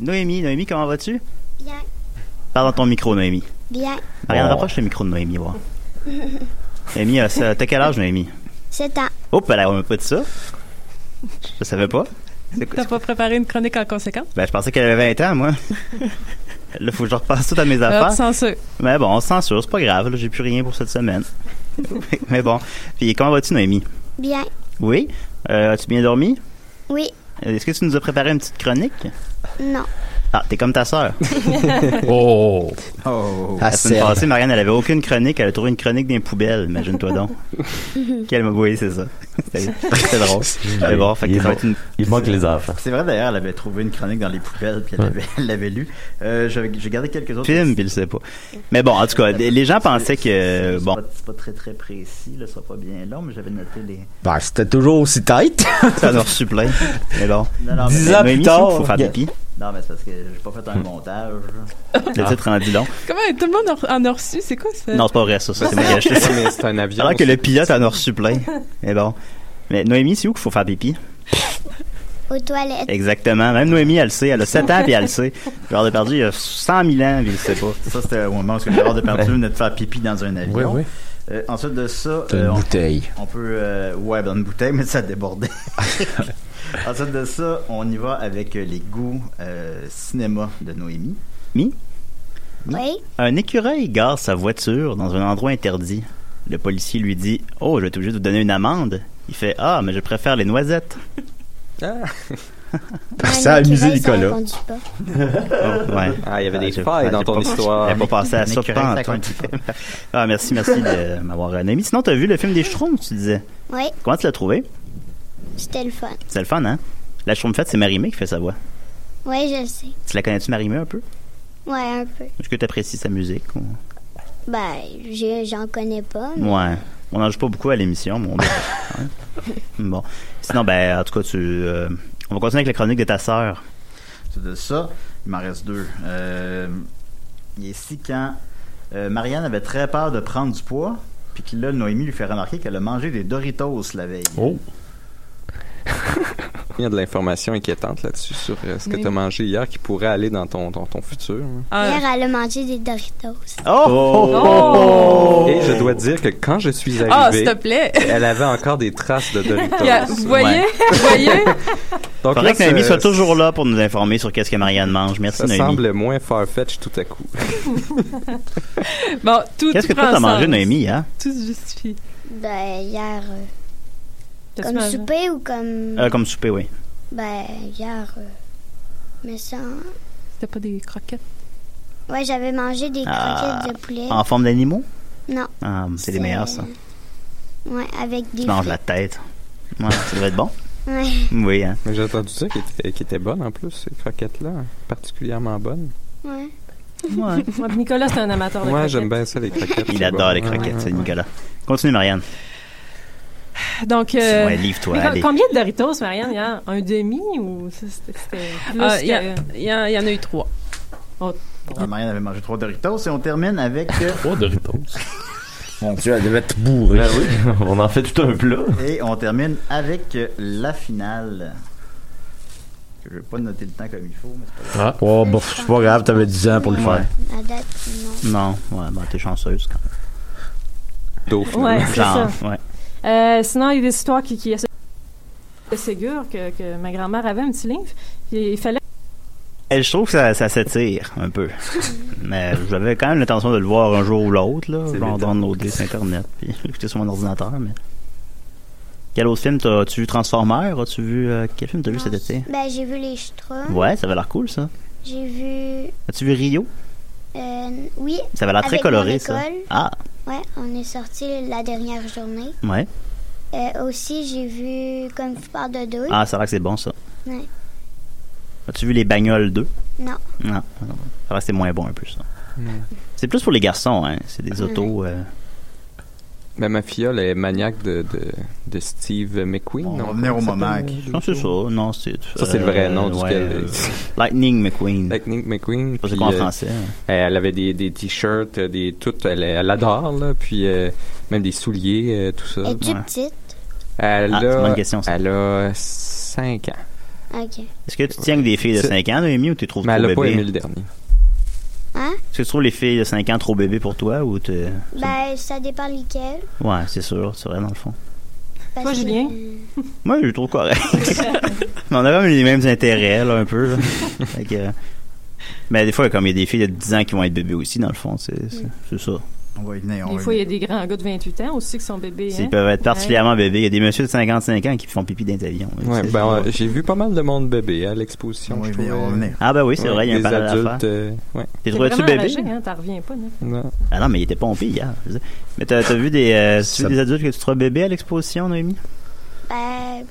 S5: Noémie. Noémie, comment vas-tu?
S10: Bien,
S5: Parle dans ton micro, Noémie.
S10: bien.
S5: Marianne, rapproche le micro de Noémie, voir. Noémie, euh, ça- t'as quel âge, Noémie?
S10: C'est à
S5: Oh, ben, on m'a pas dit ça. Je savais pas.
S11: T'as pas préparé une chronique en conséquence?
S5: Ben, je pensais qu'elle avait 20 ans, moi. Là, faut que je repasse tout à mes
S11: Hop,
S5: affaires.
S11: Euh, sans ceux.
S5: Mais bon, on se censure, c'est pas grave, là, j'ai plus rien pour cette semaine. Mais bon. Puis, comment vas-tu, Noémie?
S10: bien.
S5: Oui? Euh, As-tu bien dormi?
S10: Oui,
S5: Est-ce que tu nous as préparé une petite chronique?
S10: non.
S5: Ah, t'es comme ta sœur.
S12: oh!
S5: oh. La semaine passée, Marianne, elle avait aucune chronique. Elle a trouvé une chronique d'un poubelle, imagine-toi donc. Quelle m'a oui, c'est ça. C'était c'était drôle. Mais bon, fait que
S8: Il
S5: ça va
S8: manque-
S5: être une-
S8: Il manque les enfants.
S6: C'est vrai d'ailleurs, elle avait trouvé une chronique dans les poubelles, puis elle
S5: Ouais.
S6: l'avait elle l'avait lue. Euh, J'ai j'ai gardé quelques autres.
S5: film, puis il le sait pas. Mais bon, en tout cas, les gens pensaient que...
S6: C'est
S5: Bon,
S6: pas, c'est pas très très précis, là, ça sera pas bien long, mais j'avais noté les.
S5: Ben, c'était toujours aussi tight. Ça nous reçut plein. Mais bon.
S6: mais-
S5: Noémie, c'est où qu'il faut faire pipi.
S6: Non, mais c'est parce que j'ai pas fait un montage.
S5: Le titre en dit long.
S11: Comment tout le monde en- en a reçu? C'est quoi ça?
S5: Non, c'est pas vrai, ça. ça c'est moi qui ai acheté ça.
S11: Mais
S5: c'est un avion. Alors que le pilote en a reçu plein. Mais bon. Mais Noémie, c'est où qu'il faut faire pipi?
S10: Aux toilettes.
S5: Exactement. Même Noémie, elle le sait. Elle a 7 ans, puis elle le sait. Gérard Depardieu, il a 100 000 ans, puis il le sait pas.
S6: Ça, c'était au moment où Gérard Depardieu venait de faire pipi dans un avion.
S5: Oui, oui.
S6: Euh, ensuite de ça. euh,
S5: T'as une
S6: on-
S5: bouteille.
S6: On, peut. euh, ouais, dans une bouteille, mais ça débordait. ensuite de ça, on y va avec euh, les goûts euh, cinéma de Noémie.
S5: Mi?
S10: Oui.
S5: Un écureuil gare sa voiture dans un endroit interdit. Le policier lui dit Oh, je vais être obligé de vous donner une amende. Il fait Ah, mais je préfère les noisettes.
S10: Ah, Ça a amusé Nicolas.
S5: Oh, Ouais.
S13: Ah, il y avait des
S5: j'ai-
S13: failles
S5: ah,
S13: dans
S5: j'ai
S13: ton
S5: pas-
S13: histoire.
S5: J'ai pas pensé à ça
S13: Nicolas,
S5: pas en
S13: raconte
S5: tout. Ah, merci, merci de m'avoir nommé. Sinon, t'as vu le film des Schtroumpfs, tu disais
S10: Oui,
S5: Comment tu l'as trouvé
S10: c'était le fun.
S5: C'est le fun, hein La Schtroumpfette, c'est Marimé qui fait sa voix.
S10: Oui, je le sais.
S5: Tu la connais-tu, Marimé, un peu
S10: Ouais, un peu.
S5: Est-ce que t'apprécies sa musique ou-
S10: Ben, j'ai- j'en connais pas. mais-
S5: Ouais. On n'en joue pas beaucoup à l'émission, mais on Ouais. Bon. Sinon, ben, en tout cas, tu. euh, on va continuer avec la chronique de ta sœur.
S6: C'est de ça. Il m'en reste deux. Euh, il est si quand euh, Marianne avait très peur de prendre du poids, puis que là, Noémie lui fait remarquer qu'elle a mangé des Doritos la veille.
S12: Oh.
S13: Il y a de l'information inquiétante là-dessus sur euh, ce que
S10: Oui.
S13: tu as mangé hier qui pourrait aller dans ton, ton, ton futur. hein.
S11: Ah.
S10: Hier, elle a mangé des Doritos.
S5: Oh!
S13: Et je dois dire que quand je suis arrivé,
S11: Oh! Ah, s'il te plaît.
S13: elle avait encore des traces de Doritos.
S11: Il y a- Vous voyez? Vous voyez?
S5: Donc,
S13: là,
S5: Faudrait que Noémie
S13: ça-
S5: soit toujours là pour nous informer sur qu'est-ce que Marianne mange. Merci,
S13: Ça
S5: Noémie.
S13: semble moins farfetch tout à coup.
S11: Bon, tout
S5: Qu'est-ce que
S11: prend
S5: toi, t'as mangé,
S11: sens.
S5: Noémie, hein?
S11: Tout se justifie.
S10: Ben, hier. euh,
S11: T'as-tu
S10: comme
S11: mangé?
S10: souper ou comme.
S5: Euh, comme souper, oui.
S10: Ben, hier. euh, mais ça. hein.
S11: C'était pas des croquettes?
S10: Ouais, j'avais mangé des
S5: Ah,
S10: croquettes de poulet.
S5: En forme d'animaux?
S10: Non.
S5: Ah, c'est les
S10: C'est-
S5: meilleurs, ça.
S10: Ouais, avec des.
S5: Tu manges
S10: fruits.
S5: la tête. Ouais, ça devrait être bon.
S10: Ouais.
S5: Oui, hein.
S13: Mais j'ai entendu dire qu'elle était, qu'elle était bonne en plus, ces croquettes-là. Particulièrement bonnes.
S11: Ouais.
S14: Ouais, puis Nicolas, c'est un
S11: Ah
S14: amateur de
S13: Moi,
S14: croquettes.
S13: j'aime bien ça, les croquettes.
S5: Il
S13: c'est
S5: adore
S13: bon.
S5: les
S13: Ouais,
S5: croquettes,
S13: ouais,
S5: c'est
S13: ouais.
S5: Nicolas. Continue, Marianne.
S14: Donc, euh,
S5: Ouais, livre-toi,
S14: mais co-
S5: allez.
S14: combien de Doritos, Marianne, hier? Un demi ou ça, c'était c'était plus
S11: Ah, il y,
S14: que-
S11: a- il y a- il y en a eu trois.
S6: Ah, Marianne avait mangé trois Doritos et on termine avec. euh, trois
S12: Doritos.
S8: Mon Dieu, elle devait être bourrée. oui. On en fait tout un plat.
S6: Ben Et on termine avec euh, la finale. Je vais pas noter le temps comme il faut, mais c'est pas grave.
S9: Oh, bon, c'est pas grave, t'avais 10 ans pour le faire.
S10: La date, non.
S5: Non, ouais, ben, t'es chanceuse quand même.
S14: Ouais, c'est
S5: Genre,
S14: ça.
S5: ouais.
S14: Euh, sinon, il y a des histoires qui, qui essaient de Ségur que, que ma grand-mère avait un petit livre. puis il fallait
S5: Et je trouve que ça, ça s'étire un peu. Mais j'avais quand même l'intention de le voir un jour ou l'autre, là.
S13: C'est
S5: Genre
S13: béton.
S5: dans nos sur Internet, puis l'écouter sur mon ordinateur, mais... Quel autre film t'as- as-tu vu Transformer? As-tu vu... euh, quel film t'as vu cet été?
S10: Ben, j'ai vu les Schtroumpfs.
S5: Ouais, ça avait l'air cool, ça.
S10: J'ai vu.
S5: As-tu vu Rio?
S10: euh, oui.
S5: Ça avait l'air très
S10: avec mon
S5: coloré, ça.
S10: école.
S5: Ah,
S10: Ouais, on est sorti la dernière journée.
S5: ouais.
S10: Euh, aussi, j'ai vu Comme tu parles de douille.
S5: Ah, ça a l'air que c'est bon, ça.
S10: Ouais.
S15: As-tu vu les bagnoles 2
S10: Non.
S15: Non. Alors, c'est moins bon un peu, ça. C'est plus pour les garçons, hein. C'est des
S13: Mhm.
S15: autos. euh,
S13: Ben, ma fille, elle est maniaque de, de, de Steve McQueen.
S15: On
S13: non?
S15: va revenir au
S13: Comment il
S15: Momac.
S13: s'appelle,
S15: Non, c'est ça. Non, c'est.
S13: Ça, c'est le vrai
S15: euh,
S13: nom du
S15: ouais,
S13: duquel.
S15: euh, Lightning McQueen.
S13: Lightning McQueen.
S15: Je sais
S13: puis,
S15: pas en
S13: euh,
S15: français. hein.
S13: euh, elle avait des, des t-shirts, euh, des tout. Elle, elle adore, là. Puis euh, même des souliers, euh, tout ça.
S10: Es-tu
S13: Ouais.
S10: petite?
S13: Elle
S15: Ah, c'est une
S13: a,
S15: bonne question,
S13: Elle a 5 ans.
S10: Ok.
S15: Est-ce que tu tiens que des filles de
S13: C'est-
S15: 5 ans, Noémie, ou tu trouves
S13: Mais
S15: trop
S13: elle a pas
S15: bébé?
S13: aimé le dernier.
S10: Hein?
S15: Est-ce que tu trouves les filles de 5 ans trop bébé pour toi, ou tu.
S10: Ben, ça dépend lesquels.
S15: Ouais, c'est sûr, c'est vrai, dans le fond.
S10: Toi, Julien?
S15: Moi, je le trouve correct. Mais on a même les mêmes intérêts, là, un peu. là. Fait que, euh, mais des fois, comme il y a des filles de 10 ans qui vont être bébés aussi, dans le fond, c'est c'est-
S14: Mm.
S15: c'est ça. On va y venir,
S14: Des fois, il y a des grands gars de 28 ans aussi qui sont bébés. hein.
S15: Ils peuvent être
S14: Ouais.
S15: particulièrement bébés. Il y a des messieurs de 55 ans qui font pipi dans les avions.
S13: Ouais,
S15: C'est-
S13: ben, ouais, j'ai vu pas mal de monde bébé à l'exposition. je trouvais.
S15: Ah, ben oui, c'est
S13: Ouais,
S15: vrai, il y a un
S13: des
S15: panel
S13: adultes,
S15: d'affaires.
S13: euh, ouais.
S15: T'es
S14: T'es
S15: trouvé-tu
S14: vraiment
S15: bébé?
S14: enragé, hein? T'en reviens pas, non?
S15: Ah non, mais il était pompé hier. je veux dire. Mais t'as t'as vu des, euh, tu
S13: Ça-
S15: veux des adultes que tu trouves bébés à l'exposition, Noémie?
S10: Ben,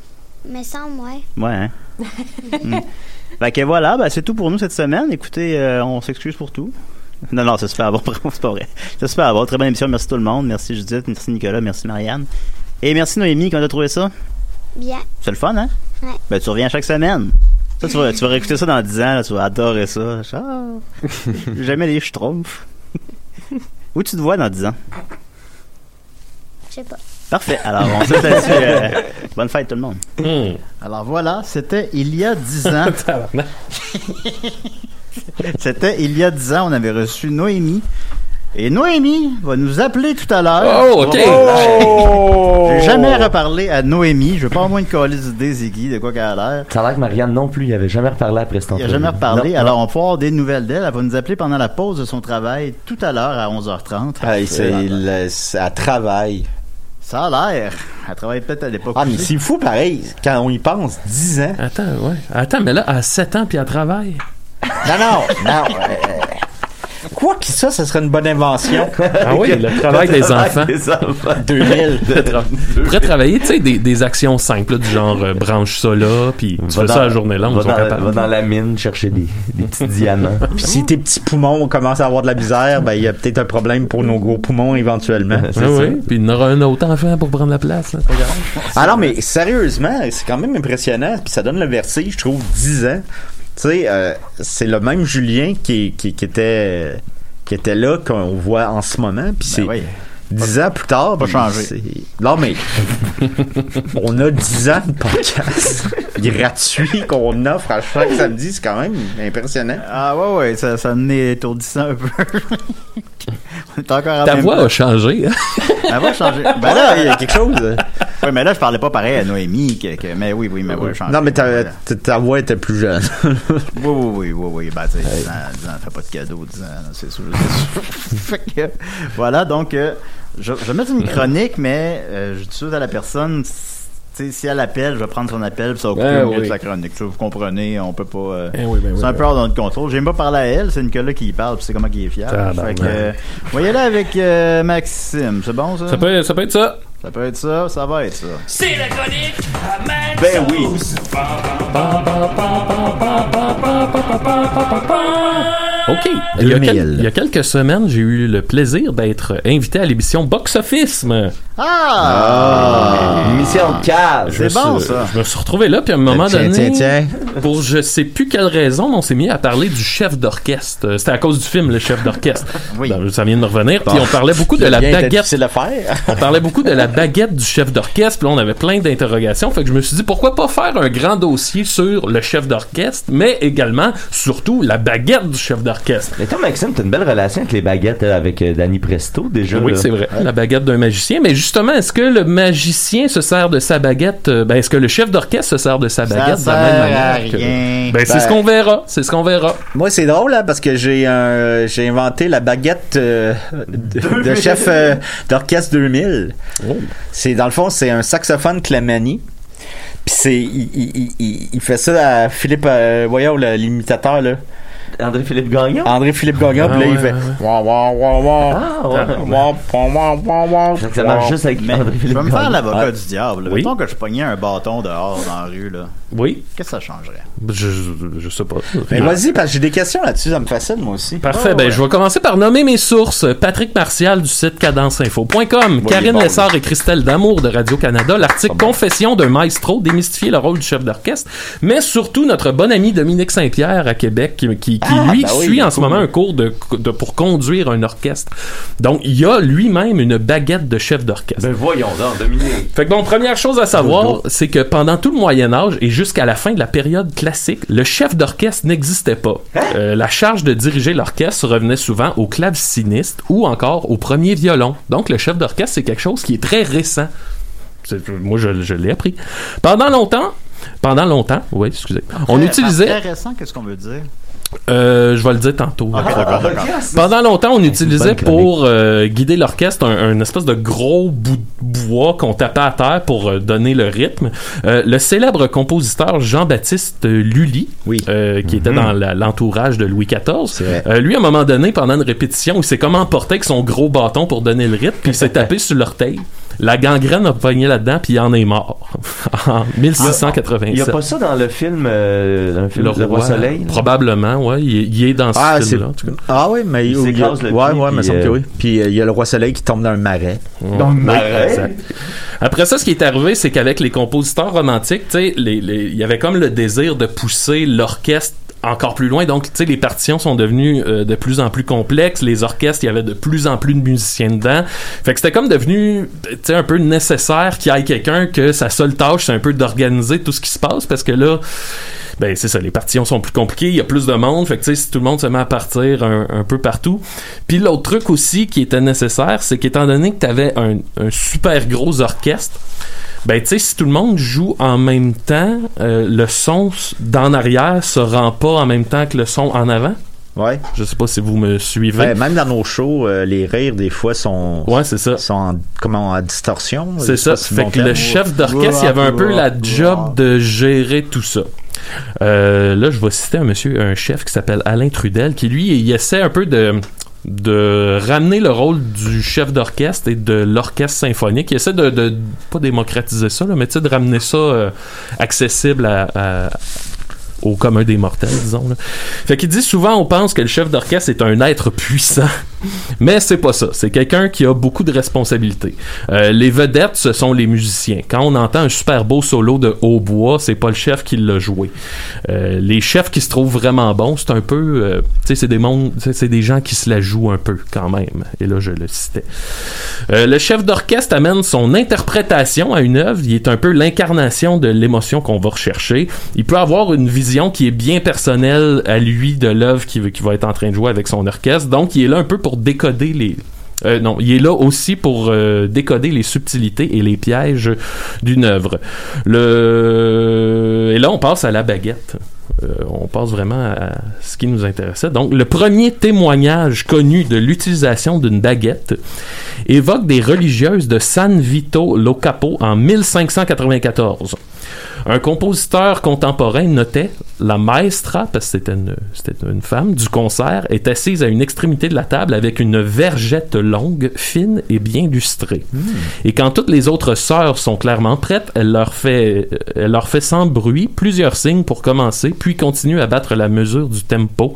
S10: mais sans moi.
S15: Ouais, hein?
S10: Mm.
S15: Hmm. Fait que voilà, ben, c'est tout pour nous cette semaine. Écoutez, euh, on s'excuse pour tout. Non, non, c'est super bon, vraiment, c'est pas vrai. C'est super bon. Très bonne émission. Merci tout le monde. Merci Judith, merci Nicolas, merci Marianne. Et merci Noémie, comment t'as trouvé ça?
S10: Bien.
S15: C'est le fun, hein?
S10: Ouais.
S15: Ben, tu reviens chaque semaine. Ça, tu vas, tu vas réécouter ça dans 10 ans, là, tu vas adorer ça. Ah, jamais les schtroumpfs. Où tu te vois dans 10 ans?
S10: Je sais pas.
S15: Parfait. Alors, on se laisse là-dessus. euh, bonne fête, tout le monde.
S4: Hmm.
S5: Alors voilà, c'était il y a 10 ans. c'était il y a 10 ans, on avait reçu Noémie. Et Noémie va nous appeler tout à l'heure.
S4: Oh, ok.
S5: J'ai jamais reparlé à Noémie. Je veux pas au moins une colise des Ziggy, de quoi qu'elle a l'air.
S8: Ça a l'air que Marianne non plus, il avait jamais reparlé après
S5: Il
S8: cette
S5: n'a
S8: entrevue.
S5: jamais reparlé.
S8: Non,
S5: Alors,
S8: non.
S5: on va avoir des nouvelles d'elle. Elle va nous appeler pendant la pause de son travail tout à l'heure à 11h30.
S6: Ah, il- c'est- il, euh, c'est- elle travaille.
S5: Ça a l'air. Elle travaille peut-être à l'époque.
S6: Ah, mais c'est fou pareil, quand on y pense, 10 ans.
S4: Attends, ouais. Attends, mais là, à 7 ans, puis elle travaille.
S6: Non, non, non. euh, quoi que ça, ça serait une bonne invention.
S4: Ah oui, le travail des enfants.
S6: 2000.
S4: Le tra- Pourrait travailler, tu sais, des, des actions simples, là, du genre euh, branche ça là, puis tu
S8: Va
S4: fais
S8: dans-
S4: ça la journée longue,
S8: va
S4: ils sont
S8: dans-
S4: capables.
S8: va dans la mine chercher des, des petits diamants.
S6: Puis si tes petits poumons commencent à avoir de la misère, ben il y a peut-être un problème pour nos gros poumons éventuellement.
S4: Ah oui, puis il y en aura un autre enfant pour prendre la place. là, c'est pas grave.
S6: Alors, Ah mais sérieusement, c'est quand même impressionnant, puis ça donne le vertige, je trouve, 10 ans. Tu sais, euh, c'est le même Julien qui, qui, qui était, qui était là, qu'on voit en ce moment, puis c'est... 10 ans plus tard, Ben pas
S5: changé.
S6: Non, mais on a 10 ans de podcast gratuit qu'on offre à chaque samedi, c'est quand même impressionnant.
S5: Ah ouais, ouais, ça, ça m'est étourdissant un peu. on est encore
S6: Ah,
S5: à
S4: Ta
S5: même
S4: voix
S5: place.
S4: a changé. hein?
S5: Elle va changer. Ben là, il y a quelque chose. Oui, mais là, je parlais pas pareil à Noémie. que- que- mais oui, oui, mais oui, changer.
S6: Non, mais ta, ta- ta voix était plus jeune.
S5: Oui, oui, oui, oui, oui. Ben, tu sais, 10 ans, 10 ans, fais pas de cadeau, 10 ans, là, c'est sûr. c'est sûr. Fait que, voilà, donc, euh, je, je vais mettre une chronique, mais euh, je dis ça à la personne. tu sais, si elle appelle, je vais prendre son appel, puis ça va couper
S6: Ben
S5: au milieu
S6: oui.
S5: de sa chronique. Tu sais, Vous comprenez, on peut pas. euh,
S6: Ben oui, ben oui,
S5: c'est un
S6: ben
S5: peu hors de notre contrôle. J'aime pas parler à elle, c'est Nicolas qui y parle, puis c'est comment qu'il est fier.
S4: Tabarnak.
S5: Fait que, euh, voyez là avec euh, Maxime, c'est bon ça?
S4: Ça peut, ça peut être ça.
S5: Ça peut être ça, ça va être ça.
S11: C'est la chronique à Mad
S5: Ben oui.
S11: Sauce. Ba, ba, ba, ba, ba, ba, ba, ba, ba, ba, ba, ba.
S4: OK. Il y, a quel- il y a quelques semaines, j'ai eu le plaisir d'être invité à l'émission Box Office.
S5: Ah!
S8: Mission de cave.
S4: Je me suis- Je me suis retrouvé là, puis à un moment
S8: Tiens,
S4: donné,
S8: tiens,
S4: pour je sais plus quelle raison, mais on s'est mis à parler du chef d'orchestre. Euh, C'était à cause du film, le chef d'orchestre. Ben, ça vient de me revenir. Puis on parlait beaucoup de
S6: Le
S4: la
S6: lien était
S4: baguette.
S6: difficile à faire.
S4: On parlait beaucoup de la baguette du chef d'orchestre. Puis là, on avait plein d'interrogations. Fait que je me suis dit, pourquoi pas faire un grand dossier sur le chef d'orchestre, mais également, surtout, la baguette du chef d'orchestre.
S8: Mais toi, Maxime, t'as une belle relation avec les baguettes euh, avec euh, Danny Presto déjà.
S4: Ah Oui,
S8: là.
S4: c'est vrai. La baguette d'un magicien. Mais justement, est-ce que le magicien se sert de sa baguette? euh, Ben, est-ce que le chef d'orchestre se sert de sa
S8: Ben,
S4: baguette de
S6: sert
S4: la même
S6: à
S4: manière? que-
S6: rien.
S4: Ben, c'est
S6: Ben-
S4: ce qu'on verra. C'est ce qu'on verra.
S6: Moi, c'est drôle, hein, parce que j'ai un- j'ai inventé la baguette euh, de, de chef euh, d'orchestre 2000.
S8: Oh.
S6: C'est dans le fond, c'est un saxophone Clemani. Puis c'est, il, il- il- il fait ça à Philippe, euh, voyons le- l'imitateur là.
S8: André Philippe Gagnon.
S6: André Philippe Gagnon,
S8: Ah,
S6: puis là il
S8: ouais,
S6: fait.
S8: ouais,
S6: Wah, wah, wah, wah.
S8: Ah, ouais.
S6: Wah, wah, wah, wah, wah.
S8: Donc, ça marche juste avec
S5: Ah, Mais
S8: André
S5: je
S8: Philippe
S4: Ah.
S5: vais me faire
S8: Gagnon.
S5: l'avocat
S8: Ouais.
S5: du diable. Mettons que je pognais un bâton dehors dans la rue. Là.
S4: Oui.
S5: Qu'est-ce que ça changerait?
S4: Je, je- je sais pas.
S6: Mais Ben, vas-y, parce que j'ai des questions là-dessus, ça me fascine, moi aussi.
S4: Parfait, ben, je vais commencer par nommer mes sources. Patrick Martial du site cadenceinfo.com, Karine
S6: bon,
S4: Lessard et Christelle Damour de Radio-Canada, l'article Confession d'un maestro démystifier le rôle du chef d'orchestre, mais surtout notre bon ami Dominique Saint-Pierre à Québec qui, qui- qui,
S6: Ah,
S4: lui
S6: ben oui,
S4: suit en ce
S6: cool.
S4: moment un cours de, de- pour conduire un orchestre. Donc il a lui-même une baguette de chef
S6: Ben,
S4: d'orchestre.
S8: Voyons donc, Dominique.
S4: Fait que bon, première chose à savoir, c'est que pendant tout le Moyen Âge et jusqu'à la fin de la période classique, le chef d'orchestre n'existait pas. Euh, la charge de diriger l'orchestre revenait souvent au claveciniste ou encore au premier violon. Donc le chef d'orchestre, c'est quelque chose qui est très récent. C'est- Moi, je, je l'ai appris. Pendant longtemps, pendant longtemps, oui, excusez, on
S5: Très-
S4: utilisait...
S5: Très récent, qu'est-ce qu'on veut dire?
S4: Euh, je vais le dire tantôt.
S5: d'accord, d'accord.
S4: Pendant longtemps, on utilisait
S5: bonne chronique.
S4: pour euh, guider l'orchestre un, un espèce de gros bout de bois qu'on tapait à terre pour euh, donner le rythme. Euh, le célèbre compositeur Jean-Baptiste Lully, euh, qui
S5: Mhm.
S4: était dans la- l'entourage de Louis XIV, euh, lui, à un moment donné, pendant une répétition, il s'est comme emporté avec son gros bâton pour donner le rythme, puis il s'est tapé sur l'orteil. La gangrène a pogné là-dedans, puis il en est mort. en 1687.
S8: Il n'y a pas ça dans le film, euh, dans le film
S4: Le
S8: Le Roi
S4: Roi,
S8: Soleil? là?
S4: Probablement, ouais. Il, est- il est dans ce
S16: Ah, c'est-
S4: film-là, en tout cas.
S16: Ah oui, mais
S8: Il
S16: où il y a-
S8: s'écrase le
S16: ouais,
S8: pied,
S16: ouais, me
S8: puis,
S16: semble que
S8: euh,
S16: oui. Puis euh, il y a le roi soleil qui tombe dans le marais.
S4: Ouais. Oui, exact. Après ça, ce qui est arrivé, c'est qu'avec les compositeurs romantiques, tu sais, les- les- il y avait comme le désir de pousser l'orchestre encore plus loin. Donc, tu sais, les partitions sont devenues euh, de plus en plus complexes. Les orchestres, il y avait de plus en plus de musiciens dedans. Fait que c'était comme devenu, tu sais, un peu nécessaire qu'il y ait quelqu'un que sa seule tâche, c'est un peu d'organiser tout ce qui se passe parce que là, ben c'est ça, les partitions sont plus compliquées, il y a plus de monde, fait que tu sais, si tout le monde se met à partir un, un peu partout. Puis l'autre truc aussi qui était nécessaire, c'est qu'étant donné que tu avais un, un super gros orchestre, ben tu sais, si tout le monde joue en même temps, euh, le son s- d'en arrière se rend pas en même temps que le son en avant.
S16: Ouais.
S4: Je sais pas si vous me suivez.
S16: Ben, même dans nos shows, euh, les rires, des fois, sont.
S4: Ouais, c'est ça.
S16: Sont en, comment, en distorsion.
S4: C'est
S16: Je sais
S4: ça.
S16: pas si
S4: Fait
S16: mon
S4: que le
S16: terme-
S4: chef d'orchestre, il avait un peu la job de gérer tout ça. Euh, là, je vais citer un monsieur, un chef qui s'appelle Alain Trudel, qui lui, il essaie un peu de de ramener le rôle du chef d'orchestre et de l'orchestre symphonique. Il essaie de, de- pas démocratiser ça, là, mais tu sais, de ramener ça euh, accessible à- à- au commun des mortels, disons. là. Fait qu'il dit souvent, on pense que le chef d'orchestre est un être puissant, mais c'est pas ça. C'est quelqu'un qui a beaucoup de responsabilités. Euh, les vedettes, ce sont les musiciens. Quand on entend un super beau solo de hautbois, c'est pas le chef qui l'a joué. Euh, les chefs qui se trouvent vraiment bons, c'est un peu, euh, tu sais, c'est des mondes, c'est- c'est des gens qui se la jouent un peu quand même. Et là, je le citais. Euh, le chef d'orchestre amène son interprétation à une œuvre. Il est un peu l'incarnation de l'émotion qu'on va rechercher. Il peut avoir une vision qui est bien personnelle à lui de l'œuvre qui, qui va être en train de jouer avec son orchestre. Donc, il est là un peu pour décoder les. euh, non, il est là aussi pour euh, décoder les subtilités et les pièges d'une œuvre. Le... Et là, on passe à la baguette. Euh, on passe vraiment à ce qui nous intéressait. Donc, le premier témoignage connu de l'utilisation d'une baguette évoque des religieuses de San Vito Lo Capo en 1594. Un compositeur contemporain notait la maestra, parce que c'était une, c'était une femme, du concert, est assise à une extrémité de la table avec une vergette longue, fine et bien lustrée. Et quand toutes les autres sœurs sont clairement prêtes, elle leur fait, euh, elle leur fait sans bruit plusieurs signes pour commencer, puis continue à battre la mesure du tempo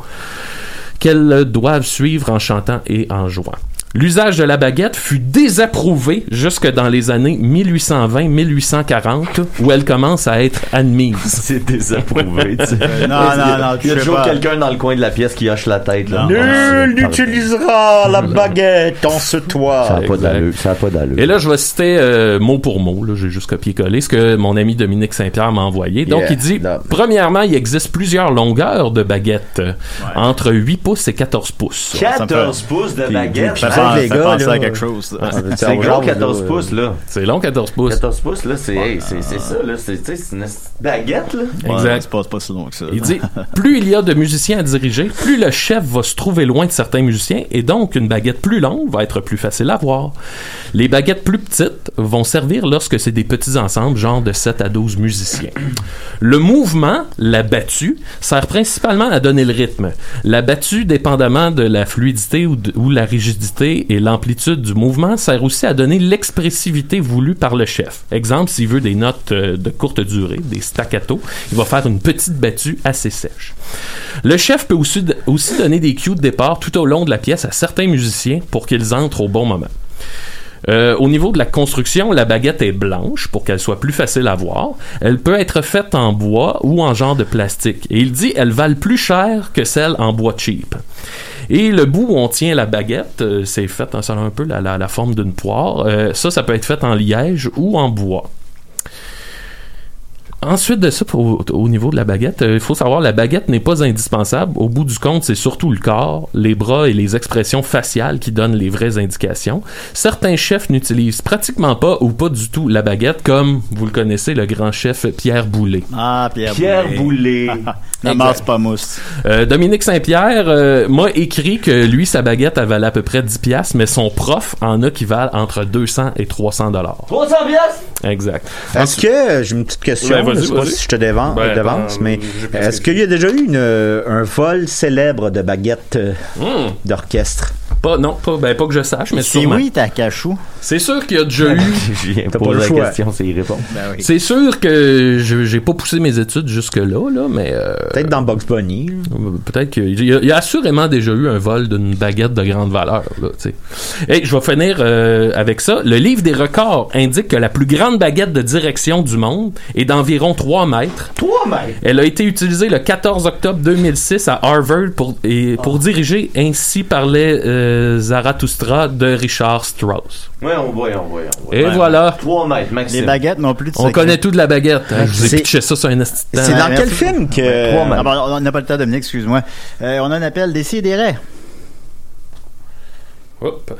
S4: qu'elles euh, doivent suivre en chantant et en jouant. L'usage de la baguette fut désapprouvé jusque dans les années 1820-1840, où elle commence à être admise.
S8: C'est désapprouvé, tu sais.
S16: Euh, non,
S8: Il y a-
S16: non, non,
S8: Il y
S16: je
S8: a
S16: sais
S8: toujours
S16: pas.
S8: quelqu'un dans le coin de la pièce qui hoche la tête, là.
S6: Nul n'utilisera la baguette en ce toit.
S8: Ça n'a pas d'allure. Ça a pas d'allure.
S4: Et là, je vais citer euh, mot pour mot, là, j'ai juste copié-collé ce que mon ami Dominique Saint-Pierre m'a envoyé. Donc,
S8: Yeah,
S4: il dit, premièrement, il existe plusieurs longueurs de baguettes, euh, entre 8 pouces et 14 pouces.
S8: 14 pouces de
S4: Puis-
S8: baguette.
S4: puis-
S8: hein?
S4: les gars, là. Ouais.
S8: C'est gros 14 pouces, là.
S4: C'est long, 14 pouces.
S8: 14 pouces, là, c'est hey, c'est- c'est ça, là. C'est tu sais, c'est une baguette, là.
S4: Exact.
S5: C'est pas, c'est pas si long que ça.
S4: Il dit plus il y a de musiciens à diriger, plus le chef va se trouver loin de certains musiciens et donc une baguette plus longue va être plus facile à voir. Les baguettes plus petites vont servir lorsque c'est des petits ensembles, genre de 7 à 12 musiciens. Le mouvement, la battue, sert principalement à donner le rythme. La battue, dépendamment de la fluidité ou, de- ou la rigidité l'intensité et l'amplitude du mouvement sert aussi à donner l'expressivité voulue par le chef. Exemple, s'il veut des notes euh, de courte durée, des staccato, il va faire une petite battue assez sèche. Le chef peut aussi, aussi donner des cues de départ tout au long de la pièce à certains musiciens pour qu'ils entrent au bon moment. Euh, au niveau de la construction, la baguette est blanche pour qu'elle soit plus facile à voir. Elle peut être faite en bois ou en genre de plastique. Et il dit elles valent plus cher que celles en bois cheap. Et le bout où on tient la baguette, euh, c'est fait, hein, ça a un peu la, la- la forme d'une poire. Euh, ça, ça peut être fait en liège ou en bois. Ensuite de ça, pour- au, au niveau de la baguette, euh, il faut savoir la baguette n'est pas indispensable. Au bout du compte, c'est surtout le corps, les bras et les expressions faciales qui donnent les vraies indications. Certains chefs n'utilisent pratiquement pas ou pas du tout la baguette, comme vous le connaissez, le grand chef Pierre Boulay.
S5: Ah, Pierre,
S4: Pierre
S5: Boulay. N'amasse pas mousse.
S4: Euh, Dominique Saint-Pierre euh, m'a écrit que lui, sa baguette, elle valait à peu près 10 piastres, mais son prof en a qui valent entre 200 et 300 dollars.
S8: 300 piastres?
S4: Exact.
S16: Est-ce que, euh, j'ai une petite question,
S4: Ouais, vas-y,
S16: je sais pas
S4: vas-y.
S16: si je te dévan-
S4: Ben,
S16: devance,
S4: ben,
S16: mais euh,
S4: j'ai pas
S16: est-ce qu'il y a déjà eu une, euh, un vol célèbre de baguettes euh,
S4: Hmm.
S16: d'orchestre?
S4: Pas, non, pas, ben, pas que je sache, mais
S16: Si
S4: sûrement.
S16: oui, Ah,
S5: t'as cachou.
S4: C'est sûr qu'il y a déjà eu.
S8: Viens poser la question, c'est y répondre.
S16: Ben
S4: C'est sûr que je j'ai pas poussé mes études jusque-là, là, mais. euh,
S16: Peut-être dans Box Bunny.
S4: Peut-être qu'il y, a- il y a assurément déjà eu un vol d'une baguette de grande valeur. Là, tu sais. Et je vais finir euh, avec ça. Le livre des records indique que la plus grande baguette de direction du monde est d'environ 3 mètres.
S8: 3 mètres?
S4: Elle a été utilisée le 14 octobre 2006 à Harvard pour, et, pour
S16: Ah.
S4: diriger Ainsi parlait euh, Zarathustra de Richard Strauss.
S8: Ouais, on voit, on voit, on voit.
S4: Et
S8: Ouais.
S4: voilà.
S8: 3 mètres, maximum.
S5: Les baguettes n'ont plus de
S4: On
S5: secret.
S4: connaît tout de la baguette. hein. Je vous ai
S5: C'est-
S4: pitché ça sur un esti de temps.
S5: C'est dans quel
S16: film que.
S5: Ah, ben, on n'a pas le temps, Dominique, excuse-moi. Euh, on a un appel des sidérés.
S4: Hop.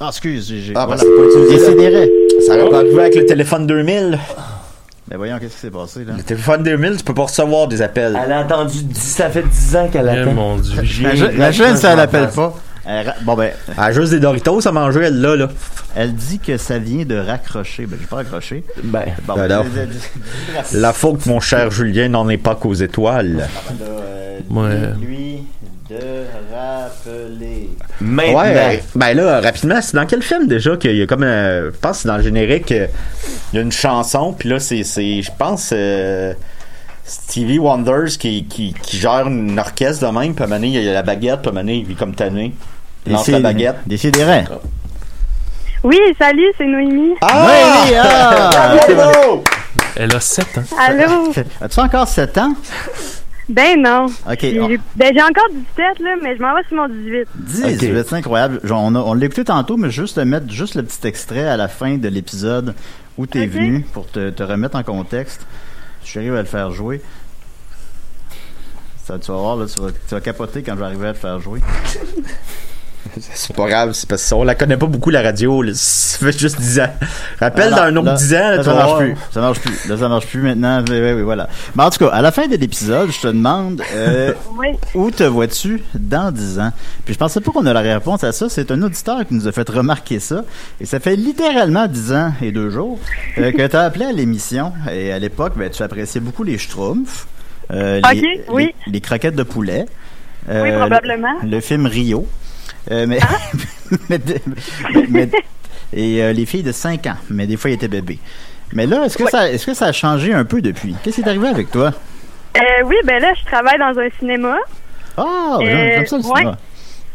S5: Ah, excuse, j'ai- j'ai.
S16: Ah,
S5: voilà.
S16: parce que tu
S5: Des
S16: disais-
S5: sidérés.
S16: Ça aurait pas arrivé avec le téléphone 2000.
S5: Ben voyons, qu'est-ce qui s'est passé, là?
S16: Le téléphone 2000, tu peux pas recevoir des appels.
S8: Elle a entendu, dix- ça fait 10 ans
S4: Eh,
S8: qu'elle attend.
S5: Imagine- Imagine si elle appelle pas. Elle ra- Bon, ben.
S16: Elle a juste des Doritos à manger, elle là, là.
S5: Elle dit que ça vient de raccrocher. Ben, j'ai pas raccroché.
S8: Ben,
S5: bon,
S16: alors.
S5: ben, dis- dis-
S16: La faute, mon cher Julien, n'en est pas qu'aux étoiles.
S4: Ouais.
S5: Lui de rappeler.
S16: Ouais, euh, ben là, rapidement, c'est dans quel film déjà qu'il y a comme. euh, je pense que c'est dans le générique, euh, il y a une chanson, puis là, c'est. c'est- Je pense. euh, Stevie Wonders qui, qui, qui gère une orchestre de même, puis à un moment donné, il y a la baguette, puis à un moment donné, il vit comme tanné. Il lance la
S5: Décide-
S16: baguette.
S5: Décidérez.
S17: Oui, salut, c'est Noémie.
S5: Noémie, ah!
S16: Allô!
S4: Elle a 7 ans.
S17: Allô?
S5: As-tu encore 7 ans?
S17: Ben non.
S5: Ok,
S17: J'ai-
S5: on-
S17: Ben, j'ai encore 17, là, mais je m'en vais sur mon 18.
S5: 10, c'est incroyable. Genre, On, a- on l'a écouté tantôt, mais juste te mettre juste le petit extrait à la fin de l'épisode où tu es venu pour te, te remettre en contexte. Je arrive à le faire jouer. Ça, tu vas voir, là, tu, vas, tu vas capoter quand je vais arriver à te faire jouer.
S16: C'est pas grave, c'est parce qu'on la connaît pas beaucoup, la radio. là. Ça fait juste 10 ans. Rappelle
S5: Ah,
S16: dans un
S5: là,
S16: autre 10 ans,
S5: là,
S16: tu
S5: ça
S16: vas
S5: marche
S16: voir.
S5: plus. Ça marche plus. Là, ça marche plus maintenant. Oui, oui, oui, voilà. Mais en tout cas, à la fin de l'épisode, je te demande euh, où te vois-tu dans 10 ans? Puis je pensais pas qu'on a la réponse à ça. C'est un auditeur qui nous a fait remarquer ça. Et ça fait littéralement 10 ans et deux jours euh, que tu as appelé à l'émission. Et à l'époque, ben, tu appréciais beaucoup les schtroumpfs, euh, les,
S17: Ok, oui.
S5: les- les croquettes de poulet. euh,
S17: Oui, probablement. Ah.
S5: Le, le film Rio. Euh, mais, mais- mais- mais- et euh, les filles de 5 ans, mais des fois ils étaient bébés. Mais là, est-ce que, ça, est-ce que ça a changé un peu depuis? Qu'est-ce qui est arrivé avec toi?
S17: Euh, oui, ben là, je travaille dans un cinéma.
S5: Ah, j'aime-
S17: Euh,
S5: j'aime ça le
S17: ouais.
S5: cinéma.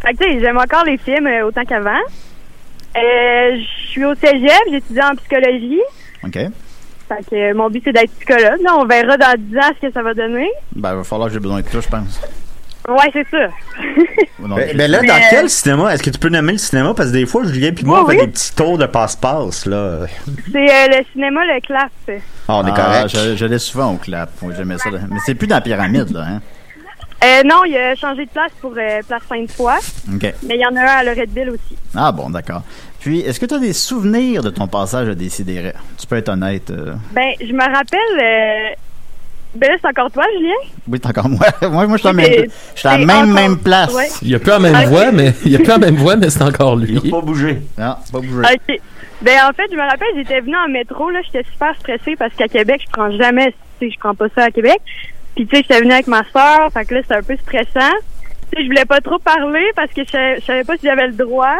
S17: Fait que, tu sais, j'aime encore les films euh, autant qu'avant. Euh, je suis au cégep, j'étudie en psychologie.
S5: OK.
S17: Fait que euh, mon but, c'est d'être psychologue. Là, on verra dans 10 ans ce que ça va donner.
S5: Ben, il va falloir que j'ai besoin de toi, je pense.
S17: Ouais, c'est ça.
S5: Ou non,
S16: Mais,
S5: je-
S16: mais Ben, là, dans
S17: Mais- euh,
S16: quel cinéma? Est-ce que tu peux nommer le cinéma? Parce que des fois, Julien puis moi, on
S17: Oui,
S16: fait
S17: oui.
S16: des petits tours de passe-passe, là.
S17: C'est euh, le cinéma Le Clap.
S16: Ah, on est correct.
S5: Je, je l'ai souvent au clap. Moi, j'aimais ça. là. Mais c'est plus dans la pyramide, là. Hein?
S17: Euh, non, il a changé de place pour euh, Place Sainte-Foy.
S5: OK.
S17: Mais il y en a un à Loretteville aussi.
S5: Ah, bon, d'accord. Puis, est-ce que tu as des souvenirs de ton passage à Décideret? Tu peux être honnête. euh.
S17: Ben, je me rappelle. euh, Ben là, c'est encore toi, Julien?
S5: Oui, t'es encore moi. moi, moi, je suis à la
S17: Oui,
S5: même,
S17: mais
S5: je suis à la
S17: c'est
S5: même,
S17: encore-
S5: même place.
S17: Ouais.
S4: Il a plus la même voix, mais il a plus la même voix, mais c'est encore lui. Il
S8: pas bougé.
S5: Non, pas bougé.
S17: Ah, OK. Ben, en fait, je me rappelle, j'étais venue en métro, là. J'étais super stressée parce qu'à Québec, je prends jamais. Tu sais, je prends pas ça à Québec. Puis, tu sais, j'étais venue avec ma soeur. Fait que là, c'était un peu stressant. Tu sais, je voulais pas trop parler parce que je, savais- je savais pas si j'avais le droit.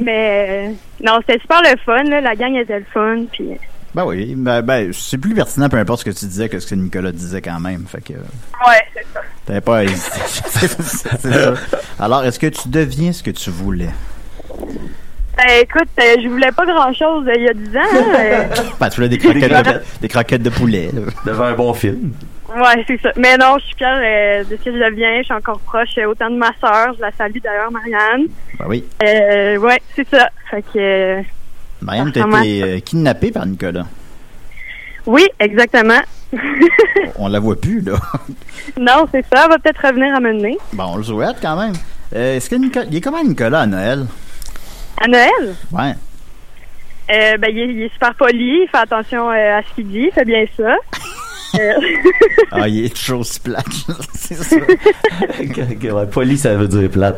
S17: Mais euh, non, c'était super le fun. là. La gang était le fun. Puis
S5: Ben oui, ben, ben, c'est plus pertinent, peu importe ce que tu disais, que ce que Nicolas disait quand même. Fait que.
S17: ouais, c'est ça.
S5: T'avais pas à hésiter. C'est- c'est- c'est ça. Alors, est-ce que tu deviens ce que tu voulais?
S17: Ben, écoute, euh, je voulais pas grand chose il y a 10 ans. hein, euh.
S5: Ben, tu voulais des
S17: Des
S5: croquettes, de,
S17: croquettes.
S5: des croquettes de poulet. Devant un bon film.
S17: Ouais, c'est ça. Mais non, je suis fière euh, de ce que je deviens. Je suis encore proche euh, autant de ma sœur. Je la salue d'ailleurs, Marianne.
S5: Ben oui.
S17: Euh, ouais, c'est ça. Fait que. euh,
S5: Marianne, t'as
S17: Comment
S5: été euh, kidnappée par Nicolas.
S17: oui, exactement.
S5: On la voit plus, là.
S17: non, c'est ça. Elle va peut-être revenir à me mener.
S5: Bon, on le souhaite quand même. Euh, est-ce que Nicolas. Il est comment Nicolas à Noël?
S17: À Noël,
S5: Ouais.
S17: euh, ben, il, est, il est super poli. Il fait attention euh, à ce qu'il dit. Il fait bien ça. Euh,
S5: Ah, il est toujours aussi plate. c'est ça.
S8: Ok, ouais, poli, ça veut dire plate.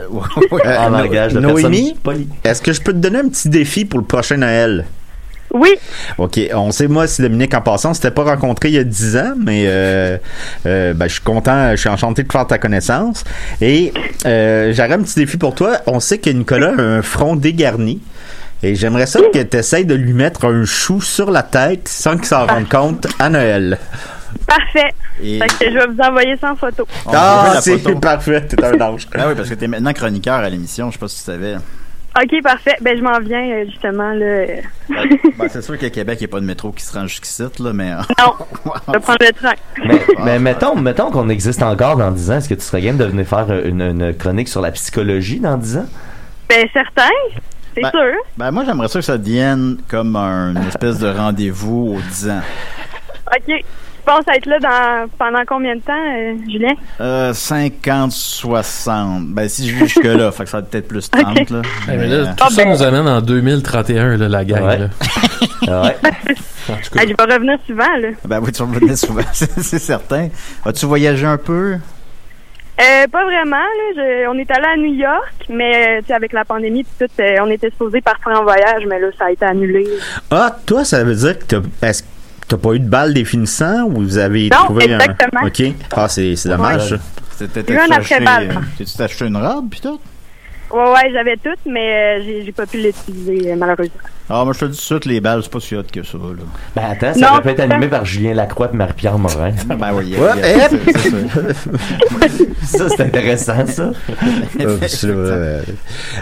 S6: Euh,
S8: en
S6: No-
S8: langage de
S6: Noémie,
S8: personne polie.
S6: est-ce que je peux te donner un petit défi pour le prochain Noël?
S17: Oui.
S6: OK. On sait, moi, c'est Dominique en passant. On s'était pas rencontré il y a 10 ans, mais euh, euh, ben, je suis content. Je suis enchanté de faire ta connaissance. Et euh, j'aurais un petit défi pour toi. On sait que Nicolas a un front dégarni. Et j'aimerais ça que tu essayes de lui mettre un chou sur la tête sans qu'il s'en rende compte à Noël.
S17: parfait.
S5: Et-
S17: Fait que je vais vous envoyer ça en photo.
S5: On
S6: Ah,
S5: veut la
S6: c'est
S5: photo.
S6: parfait. T'es un ange.
S5: Ah oui, parce que t'es maintenant chroniqueur à l'émission, je sais pas si tu savais.
S17: OK, parfait. Ben, je m'en viens, euh, justement, là. euh,
S5: Ben, c'est sûr qu'à Québec, il n'y a pas de métro qui se rend jusqu'ici, là, mais. euh,
S17: Non, je vais prendre le train.
S8: Mais, mais mettons, mettons qu'on existe encore dans 10 ans, est-ce que tu serais game de venir faire une, une chronique sur la psychologie dans 10 ans?
S17: Ben, certain. C'est
S5: Ben-
S17: sûr.
S5: Ben, moi, j'aimerais ça que ça devienne comme un- une espèce de rendez-vous aux 10 ans.
S17: OK. Tu penses être là dans, pendant combien de temps, euh, Julien?
S5: Euh, 50, 60. Ben, si je vis jusque-là, fait que ça va être peut-être plus 30,
S17: Ok.
S5: là.
S4: Eh, mais
S5: Mais,
S4: là,
S5: euh,
S4: tout ça nous amène en 2031, là, la gang.
S6: Ah
S4: là. En tout cas,
S17: Ah, je vais revenir souvent, là.
S5: Ben oui, tu revenais souvent, c'est c'est certain. As-tu voyagé un peu?
S17: Euh, pas vraiment, là. Je- on est allé à New York, mais euh, tu sais, avec la pandémie pis tout, euh, on était supposé partir en voyage, mais là, ça a été annulé.
S6: Ah, toi, ça veut dire que t'as, est-ce que t'as pas eu de balle définissant ou vous avez
S17: Non,
S6: trouvé
S17: exactement.
S6: un. Ok. Ah, c'est, c'est dommage.
S5: Ouais.
S6: ça.
S5: C'était
S17: Eu un après-balle.
S6: hein.
S5: T'as-tu acheté une robe, pis tout?
S17: Ouais, ouais, j'avais tout, mais euh, j'ai- j'ai pas pu l'utiliser, euh, malheureusement.
S5: Ah, moi, je te dis tout de suite, les balles, c'est pas si hot que ça, là.
S8: Ben attends,
S17: Non,
S8: ça peut être
S17: c'est
S8: animé
S17: ça.
S8: par Julien Lacroix et Marie-Pierre Morin.
S5: ben oui,
S8: Ouais,
S5: yeah,
S8: eh.
S5: c'est- c'est sûr.
S8: ça, c'est intéressant, ça.
S6: Euh, c'est, euh,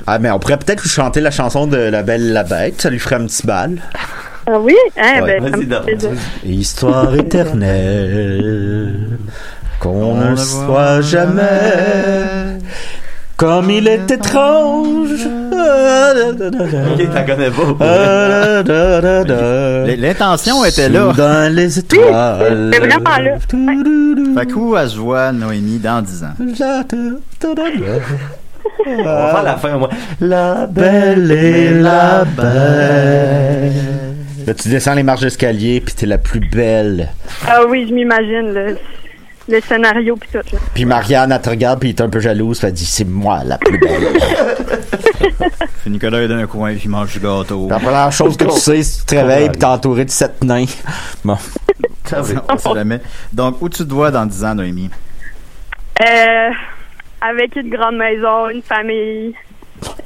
S6: Ah, mais on pourrait peut-être lui chanter la chanson de La Belle et la Bête. Ça lui ferait un petit bal.
S17: Ah oui? Hein,
S6: Ouais,
S17: ben, ça
S6: vas-y
S17: me
S6: donc.
S17: fait plaisir.
S6: Histoire éternelle, qu'on
S11: ne
S6: ne soit jamais comme il est étrange.
S8: Ok, t'en connais
S6: Ah,
S5: L- L'intention était là.
S6: Dans les étoiles.
S17: C'est vraiment là.
S5: Fait que où elle se voit, Noémie, dans 10 ans?
S8: On va faire la fin, moi. La
S6: Belle et la
S8: belle.
S6: Là, tu descends les marches d'escalier, puis t'es la plus belle.
S17: Ah oui, je m'imagine, le, le scénario pis tout, là.
S6: Puis Marianne, elle te regarde, puis elle est un peu jalouse, puis elle dit C'est moi la plus belle.
S5: Fait Nicolas est dans un coin, puis il mange du gâteau.
S6: la première chose que tu sais, c'est que tu te réveilles, puis t'es entouré de sept nains. Bon.
S5: Ça, c'est- on sait jamais. Donc, où tu te vois dans 10 ans, Noémie?
S17: Euh, avec une grande maison, une famille.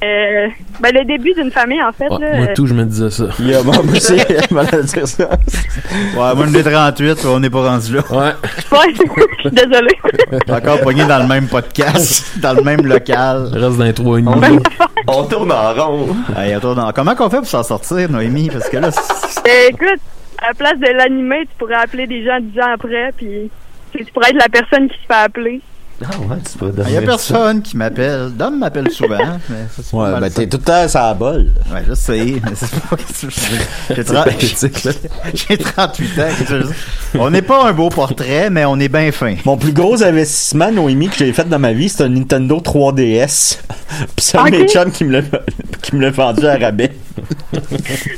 S17: Euh, ben, le début d'une famille, en fait.
S4: ouais,
S17: là,
S4: moi,
S17: euh,
S4: tout, je me disais ça.
S6: Yeah, moi aussi, je m'allais dire ça.
S5: Ouais, moi, j'ai 38, on n'est pas rendu là.
S4: Ouais.
S17: Ouais, je suis désolée.
S5: Encore pogné dans le même podcast, dans le même local.
S4: Je reste dans les trois et demi.
S8: On tourne en rond.
S5: Hey, on tourne en- Comment qu'on fait pour s'en sortir, Noémie? Parce que là, c'est-
S17: Euh, écoute, à la place de l'animer, tu pourrais appeler des gens dix ans après, puis tu sais, tu pourrais être la personne qui se fait appeler.
S8: Ah ouais, tu peux
S5: il
S8: donner.
S5: n'y a personne qui m'appelle. Dom m'appelle souvent. Mais ça, c'est pas
S6: Ouais,
S5: mal
S6: ben
S5: ça.
S6: t'es tout le temps ça la bol.
S5: Ouais, je sais, mais c'est pas J'ai
S6: C'est
S5: tra-
S6: pathétique, là.
S5: J'ai 38 ans. qu'est-ce que je veux dire? On n'est pas un beau portrait, mais on est bien fin.
S6: Mon plus gros investissement, Noémie, que j'ai fait dans ma vie, c'est un Nintendo 3DS. Puis c'est un de mes
S17: Ok.
S6: chums qui me l'a- qui me l'a vendu à rabais.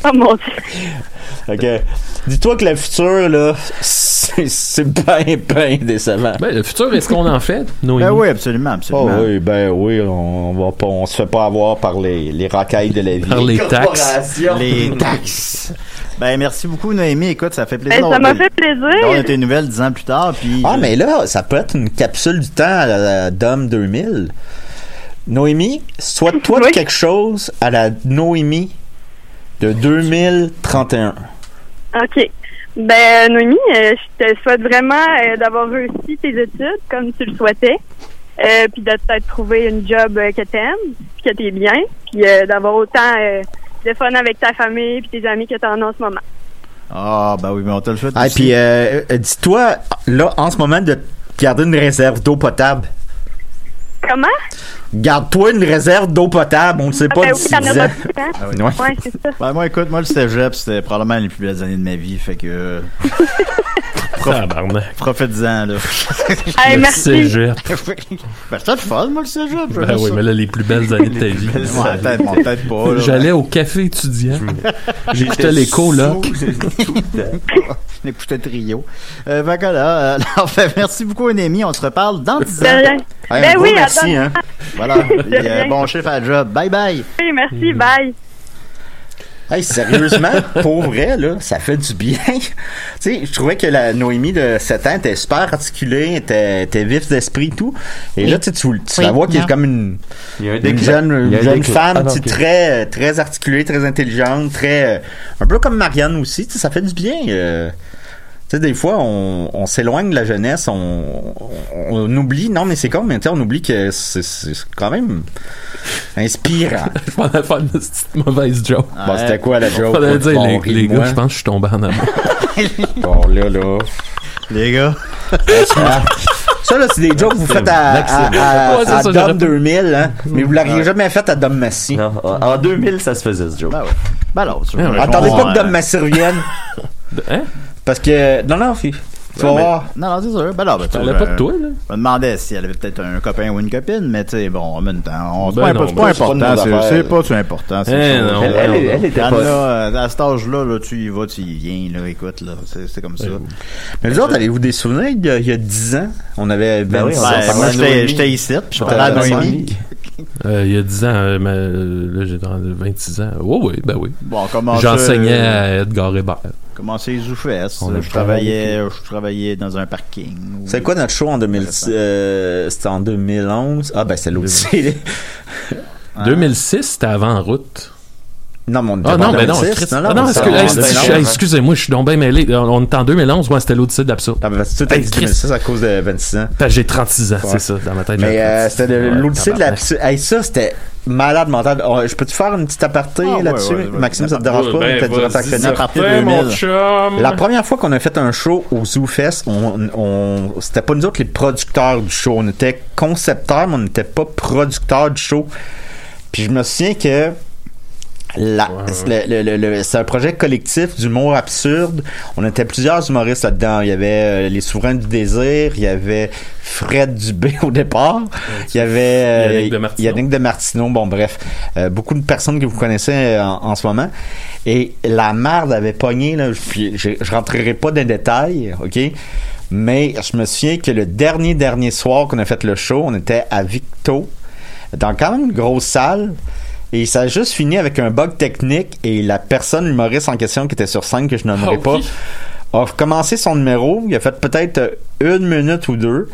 S17: Oh mon dieu.
S6: Fait que, dis-toi que le futur, là, c'est c'est ben, ben décevant.
S4: Ben, le futur, est-ce qu'on en fait, Noémie?
S5: Ben oui, absolument, absolument.
S6: Oh oui, ben oui, on, va pas, on se fait pas avoir par les, les racailles de la vie.
S4: Par les taxes.
S8: Corporation.
S5: Les taxes. Ben, merci beaucoup, Noémie. Écoute, ça fait plaisir.
S17: Ben, ça
S5: d'avoir-
S17: m'a fait plaisir.
S5: d'avoir tes nouvelles dix ans plus tard. Puis,
S6: Ah, mais là, ça peut être une capsule du temps à la Dom 2000. Noémie, souhaite-toi de quelque chose à la Noémie de 2031.
S17: OK. Ben, Noémie, euh, je te souhaite vraiment euh, d'avoir réussi tes études comme tu le souhaitais, euh, puis de peut-être trouver une job euh, que t'aimes, puis que t'es bien, puis euh, d'avoir autant euh, de fun avec ta famille puis tes amis que t'en as en ce moment.
S5: Ah, ben oui, mais on te le souhaite.
S6: Ah, et
S5: aussi.
S6: puis, euh, euh, dis-toi, là, en ce moment, de garder une réserve d'eau potable.
S17: Comment?
S6: Garde-toi une réserve d'eau potable, on ne sait
S17: Ah,
S6: pas
S17: ben oui,
S6: d'ici
S17: t'en as
S6: 10
S17: pas
S6: ans.
S17: tout le temps.
S5: Ah oui.
S17: Ouais, c'est ça.
S5: Ben, moi, écoute, moi, le cégep, c'était probablement les plus belles années de ma vie. Fait que.
S4: Tabarnak.
S5: Profite-en, là.
S17: Hey, Le merci.
S4: cégep.
S5: ben, c'était le fun, moi, le cégep.
S4: Ben oui, mais là, les plus belles années de ta vie.
S5: Ouais, peut-être bon, peut-être pas. là.
S4: J'allais au café étudiant. J'écoutais
S5: J'étais
S4: les colocs.
S5: J'écoutais Trio. Euh, fait que voilà, euh, alors, ben, merci beaucoup, Némi. On se reparle dans 10 ans.
S17: De rien.
S5: Hey,
S17: Ben
S5: un gros
S17: oui, à
S5: merci.
S17: dans
S5: Hein.
S17: 10 ans.
S5: Voilà.
S17: De
S5: Et, euh,
S17: rien.
S5: bon chiffre à la job. Bye bye.
S17: Oui, merci, bye.
S6: Hey, sérieusement, pour vrai, là, ça fait du bien. tu sais, je trouvais que la Noémie de 7 ans était super articulée, était, était vif d'esprit et tout. Et
S8: Oui.
S6: là, tu, sais, tu, tu
S8: Oui,
S6: la vois qui est
S8: non.
S6: comme une,
S8: Il y a un
S6: une
S8: déclin.
S6: jeune,
S8: Il y a un
S6: une jeune
S8: déclin.
S6: femme,
S8: Ah, non,
S6: tu sais,
S8: ok.
S6: très, euh, très articulée, très intelligente, très, euh, un peu comme Marianne aussi. Tu sais, ça fait du bien. euh. Tu sais, des fois, on, on s'éloigne de la jeunesse, on, on, on oublie, non, mais c'est con, mais tu sais, on oublie que c'est c'est quand même inspirant.
S4: Je m'en allais faire une petite mauvaise joke.
S6: Bon, c'était quoi la joke?
S4: Fallait dire,
S6: Bon,
S4: les,
S6: ris de
S4: les
S6: moi.
S4: gars, je pense que je suis tombé en amour.
S6: Bon, là, là.
S5: Les gars.
S6: Ça, là, c'est des jokes que vous faites à, à, à-
S8: Ouais, c'est
S6: à
S8: ça, j'aurais
S6: Dom 2000, hein, mais vous l'auriez jamais fait à Dom Massy.
S8: En 2000, ça se faisait ce joke.
S5: Ben alors, tu-
S8: Ouais, ouais.
S6: Attendez
S8: Bon,
S6: pas que
S8: euh,
S6: Dom Massy revienne.
S4: Hein?
S6: Parce que. Non, non, fille. Tu vas
S5: Ouais, mais-
S6: voir.
S5: Non, non, c'est sûr. Ben là, ben, tu
S6: parlais
S5: vois,
S6: pas de
S5: euh,
S6: toi, là.
S5: Je me demandais si elle avait peut-être un copain ou une copine, mais tu sais, bon, en même temps, on- c'est
S6: Ben
S5: pas- c'est
S6: non,
S5: pas
S6: c'est pas de
S5: important.
S6: nos
S5: c'est-
S6: affaires.
S5: C'est pas tout important. c'est
S6: Eh
S5: une chose.
S6: non, Elle- elle- elle était
S5: Quand
S6: pas-
S5: là, euh, à cet âge-là, là, tu y vas, tu y viens, là, écoute, là, c'est c'est comme ça.
S6: Eh Mais vous autres, avez-vous des souvenirs d'il y a- il y a 10 ans? On avait
S5: Ben
S6: 25
S5: oui, on parlait à Noémie. J'étais- j'étais ici, puis je parlais à Noémie.
S4: Euh, il y a 10 ans, euh, mais, euh, là, j'ai 26 ans. Oh, oui, ben oui.
S5: Bon, comment ça,
S4: J'enseignais
S5: euh,
S4: à Edgar Hébert.
S5: Commencé les oufesses.
S4: On a
S5: Je travaillais, je travaillais dans un parking.
S6: C'est quoi notre show en 2000? euh, c'était en 2011. Ah, ben, c'est l'Odyssée.
S4: 2006, c'était avant en route.
S6: Non, mais on était
S4: Ah
S6: pas en
S4: non, mais non,
S6: 2006.
S4: Christ-
S6: Non, non,
S4: ah non,
S6: mais ça,
S4: excuse-
S6: on
S4: hey,
S6: était
S4: c'est-
S6: là,
S4: hey,
S6: hein.
S4: excusez-moi, je suis donc bien mêlé. On, on est en 2011, ouais, c'était l'Odyssée de l'absurde.
S6: Ah, ben, c'est tout à
S4: Hey,
S6: dit
S4: Christ.
S6: 2006 à cause de 26 ans.
S4: Ben, J'ai 36 ans,
S6: Ouais.
S4: c'est ça, dans ma tête.
S6: Mais
S4: j'ai
S6: euh,
S4: 36.
S6: c'était de-
S4: Ouais,
S6: l'Odyssée de la
S4: tabarnak.
S6: psy- Hey, ça, c'était malade mental. Oh, je peux-tu faire une petite aparté
S4: Ah, ouais,
S6: là-dessus?
S4: ouais, ouais.
S6: Maxime, ça te dérange
S4: Ouais,
S6: pas?
S4: ben,
S6: Peut-être durant ta
S4: vas-y,
S6: chronique.
S4: Aparté certain, 2000. mon chum.
S6: La première fois qu'on a fait un show au ZooFest, on, on, c'était pas nous autres les producteurs du show. On était concepteurs, mais on n'était pas producteurs du show. Puis je me souviens que la- le- le- le- le- c'est un projet collectif d'humour absurde. On était plusieurs humoristes là-dedans. Il y avait euh, les Souverains du Désir, il y avait Fred Dubé au départ, il y avait euh,
S4: Yannick de Martino.
S6: Yannick de Martino. Bon, bref, euh, beaucoup de personnes que vous connaissez euh, en, en ce moment. Et la merde avait pogné, là, puis je, je rentrerai pas dans les détails, OK? Mais je me souviens que le dernier, dernier soir qu'on a fait le show, on était à Victo dans quand même une grosse salle. Et ça a juste fini avec un bug technique et la personne humoriste en question qui était sur scène, que je nommerai
S4: Ah,
S6: pas,
S4: oui.
S6: a commencé son numéro. Il a fait peut-être une minute ou deux.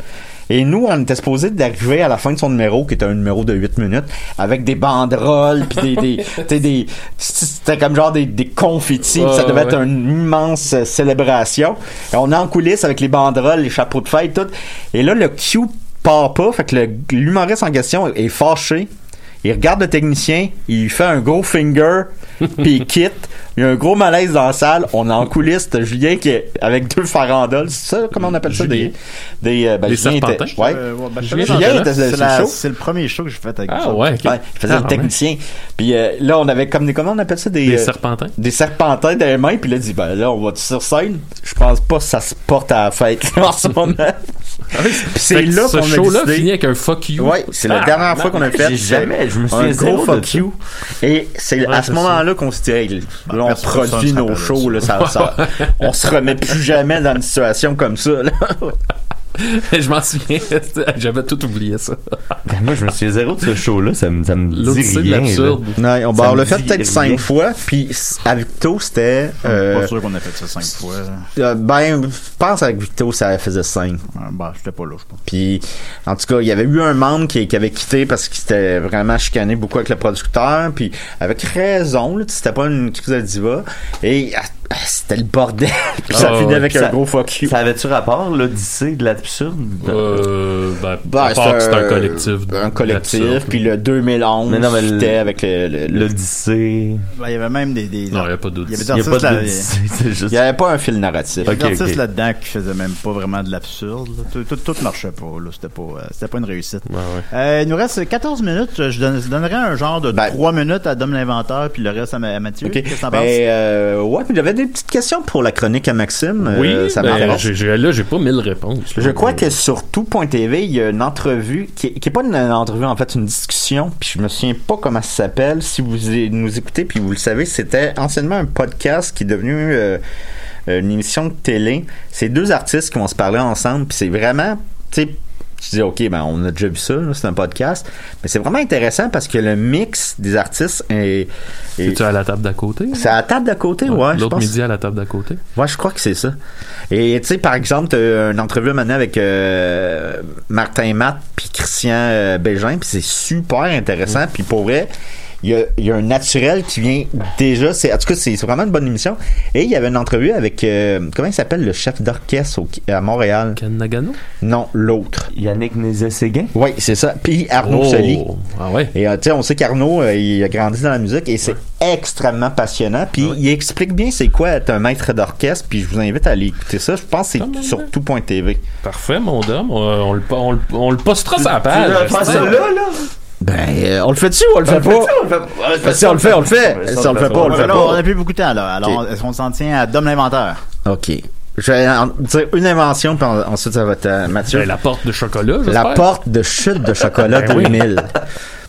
S6: Et nous, on était supposé d'arriver à la fin de son numéro, qui était un numéro de 8 minutes, avec des banderoles, puis des, des, tu sais, des- c'était comme genre des, des confettis,
S4: Ouais,
S6: ça devait
S4: Ah, ouais.
S6: être une immense euh, célébration. Et on est en coulisses avec les banderoles, les chapeaux de fête, tout. Et là, le cue part pas, fait que le- l'humoriste en question est fâché. Il regarde le technicien, il lui fait un gros finger, puis il quitte. Il y a un gros malaise dans la salle. On est en coulisses. T'as Julien qui est avec deux farandoles. C'est ça, comment on appelle ça?
S4: Julien.
S6: Des, des, euh, ben,
S4: Les
S6: Julien était-
S4: serpentins?
S6: ouais.
S4: Euh, ouais, ben,
S6: Julien
S4: Julien
S6: était sur le-
S5: C'est
S6: sur le
S5: la-
S6: show.
S5: c'est le premier show que j'ai fait avec
S4: Ah
S5: ça.
S4: ouais, ok.
S6: Ouais, il faisait
S4: Ah,
S6: le
S4: ouais.
S6: technicien. Puis euh, là, on avait comme des. Comment on appelle ça Des,
S4: Des
S6: euh,
S4: serpentins.
S6: Des serpentins dans les mains. Puis là, il dit Ben là, on va sur scène. Je pense pas que ça se porte à la fête en ce moment. Puis c'est
S4: Ah Fait que
S6: là
S4: ce
S6: qu'on a
S4: show-là
S6: décidé-
S4: finit avec un fuck you.
S6: Ouais, c'est la
S4: Ah,
S6: dernière
S4: non,
S6: fois qu'on a
S4: mais
S6: fait.
S4: j'ai jamais- je me
S6: un
S4: souviens
S6: gros
S4: zéro de
S6: fuck
S4: ça.
S6: you. Et c'est
S4: Ouais,
S6: à ce
S4: c'est
S6: moment-là qu'on se dit, hey, là, on
S4: personne
S6: produit
S4: se
S6: nos
S4: rappelle
S6: shows, là, ça, ça- on se remet plus jamais dans une situation comme ça. là.
S4: je m'en souviens. J'avais tout oublié ça.
S8: Moi, je me souviens zéro de ce show-là. Ça me, ça me
S4: L'autre,
S8: dit
S4: c'est de
S8: rien.
S4: l'absurde.
S8: là.
S6: Ouais, on,
S8: Ça
S6: ben, on
S8: me
S6: l'a fait
S8: dit
S6: peut-être
S8: rien.
S6: cinq fois, puis s- avec Victo, c'était. euh,
S5: pas sûr qu'on a fait ça cinq fois.
S6: euh, ben, je pense avec Victo, ça faisait cinq. Ben, j'étais pas là, je pense. Puis, en tout cas, il y avait eu un membre qui, qui avait quitté parce qu'il s'était vraiment chicané beaucoup avec le producteur, puis avec raison, là, c'était pas une crise de diva. Et ah, ah, c'était le bordel. puis ça
S8: Ah,
S6: finit
S8: ouais.
S6: avec
S8: Ça-
S6: un gros fuck you.
S8: Ça avait-tu rapport, l'Odyssée de l'absurde?
S4: Euh, ben,
S6: Ben,
S4: à part que c'est un collectif.
S6: Un collectif,
S4: d'absurdes.
S6: puis le 2011,
S8: Mais non, mais le-
S6: c'était avec le- le- le
S8: L'Odyssée.
S5: Ben, il y avait même des. des
S4: Non, il n'y a pas
S5: il y avait
S4: d'audition.
S5: des artistes là-
S6: Il n'y avait pas un fil narratif.
S5: Il y avait des artistes là-dedans qui faisaient même pas vraiment de l'absurde. là. Tout, tout, tout marchait pas. là. C'était pas, euh, c'était pas une réussite. Euh, il nous reste 14 minutes. Je, donne- je donnerais un genre de 3 minutes à Dom l'inventeur puis le reste à, Ma- à Mathieu.
S6: Ben, Ok.
S5: Qu'est-ce que t'en
S6: Ben,
S5: penses?
S6: euh, ouais, puis j'avais des petites questions pour la chronique à Maxime.
S4: Oui,
S6: Euh, ça
S4: ben,
S6: m'intéresse.
S4: j'ai- j'ai- là, j'ai pas mille réponses.
S6: Je crois que sur tout.tv, il y a une entrevue qui n'est pas une, une entrevue, en fait, une discussion. Puis je me souviens pas comment ça s'appelle. Si vous é- nous écoutez, puis vous le savez, c'était anciennement un podcast qui est devenu euh, une émission de télé. C'est deux artistes qui vont se parler ensemble. Puis c'est vraiment, tu sais, tu dis ok ben on a déjà vu ça là, c'est un podcast mais c'est vraiment intéressant parce que le mix des artistes est, est-
S4: C'est-tu à la table d'à côté?
S6: c'est à la table d'à côté ouais, je
S4: L'autre
S6: pense.
S4: midi à la table d'à côté.
S6: Ouais, je crois que c'est ça. Et tu sais, par exemple, t'as une entrevue maintenant avec euh, Martin Matt puis Christian euh, Bégin, puis c'est super intéressant.
S4: Mm.
S6: Puis pour vrai, il y a, il y a un naturel qui vient déjà. C'est en tout cas, c'est c'est vraiment une bonne émission. Et il y avait une entrevue avec euh, comment il s'appelle le chef d'orchestre au- à Montréal.
S4: Ken Nagano.
S6: Non, l'autre.
S8: Yannick Nézet-Séguin.
S6: Oui, c'est ça. Puis Arnaud
S4: Oh.
S6: Soli.
S4: Ah ouais.
S6: Et euh, tu sais, on sait qu'Arnaud, euh, il a grandi dans la musique et c'est extrêmement passionnant. Puis il explique bien c'est quoi être un maître d'orchestre. Puis je vous invite à aller écouter ça. Je pense que c'est sur tout.tv.
S4: Parfait, mon dame. On, on le, on le- on le postera sur la
S6: tu
S4: page.
S6: veux faire ça là, Ben, euh, on le fait-tu ou on le fait pas? Ben, Si on le fait, on le fait. Si on le fait pas, on le
S5: Ouais,
S6: fait
S5: là, On
S6: pas.
S5: a plus beaucoup de temps, là. Alors,
S6: Ok.
S5: est-ce qu'on s'en tient à Dom l'inventeur?
S6: OK. Je vais en dire une invention, puis en- ensuite ça va être à Mathieu.
S4: Ben, la porte de chocolat, j'espère.
S6: La porte de chute de chocolat
S4: Ben oui.
S6: 2000.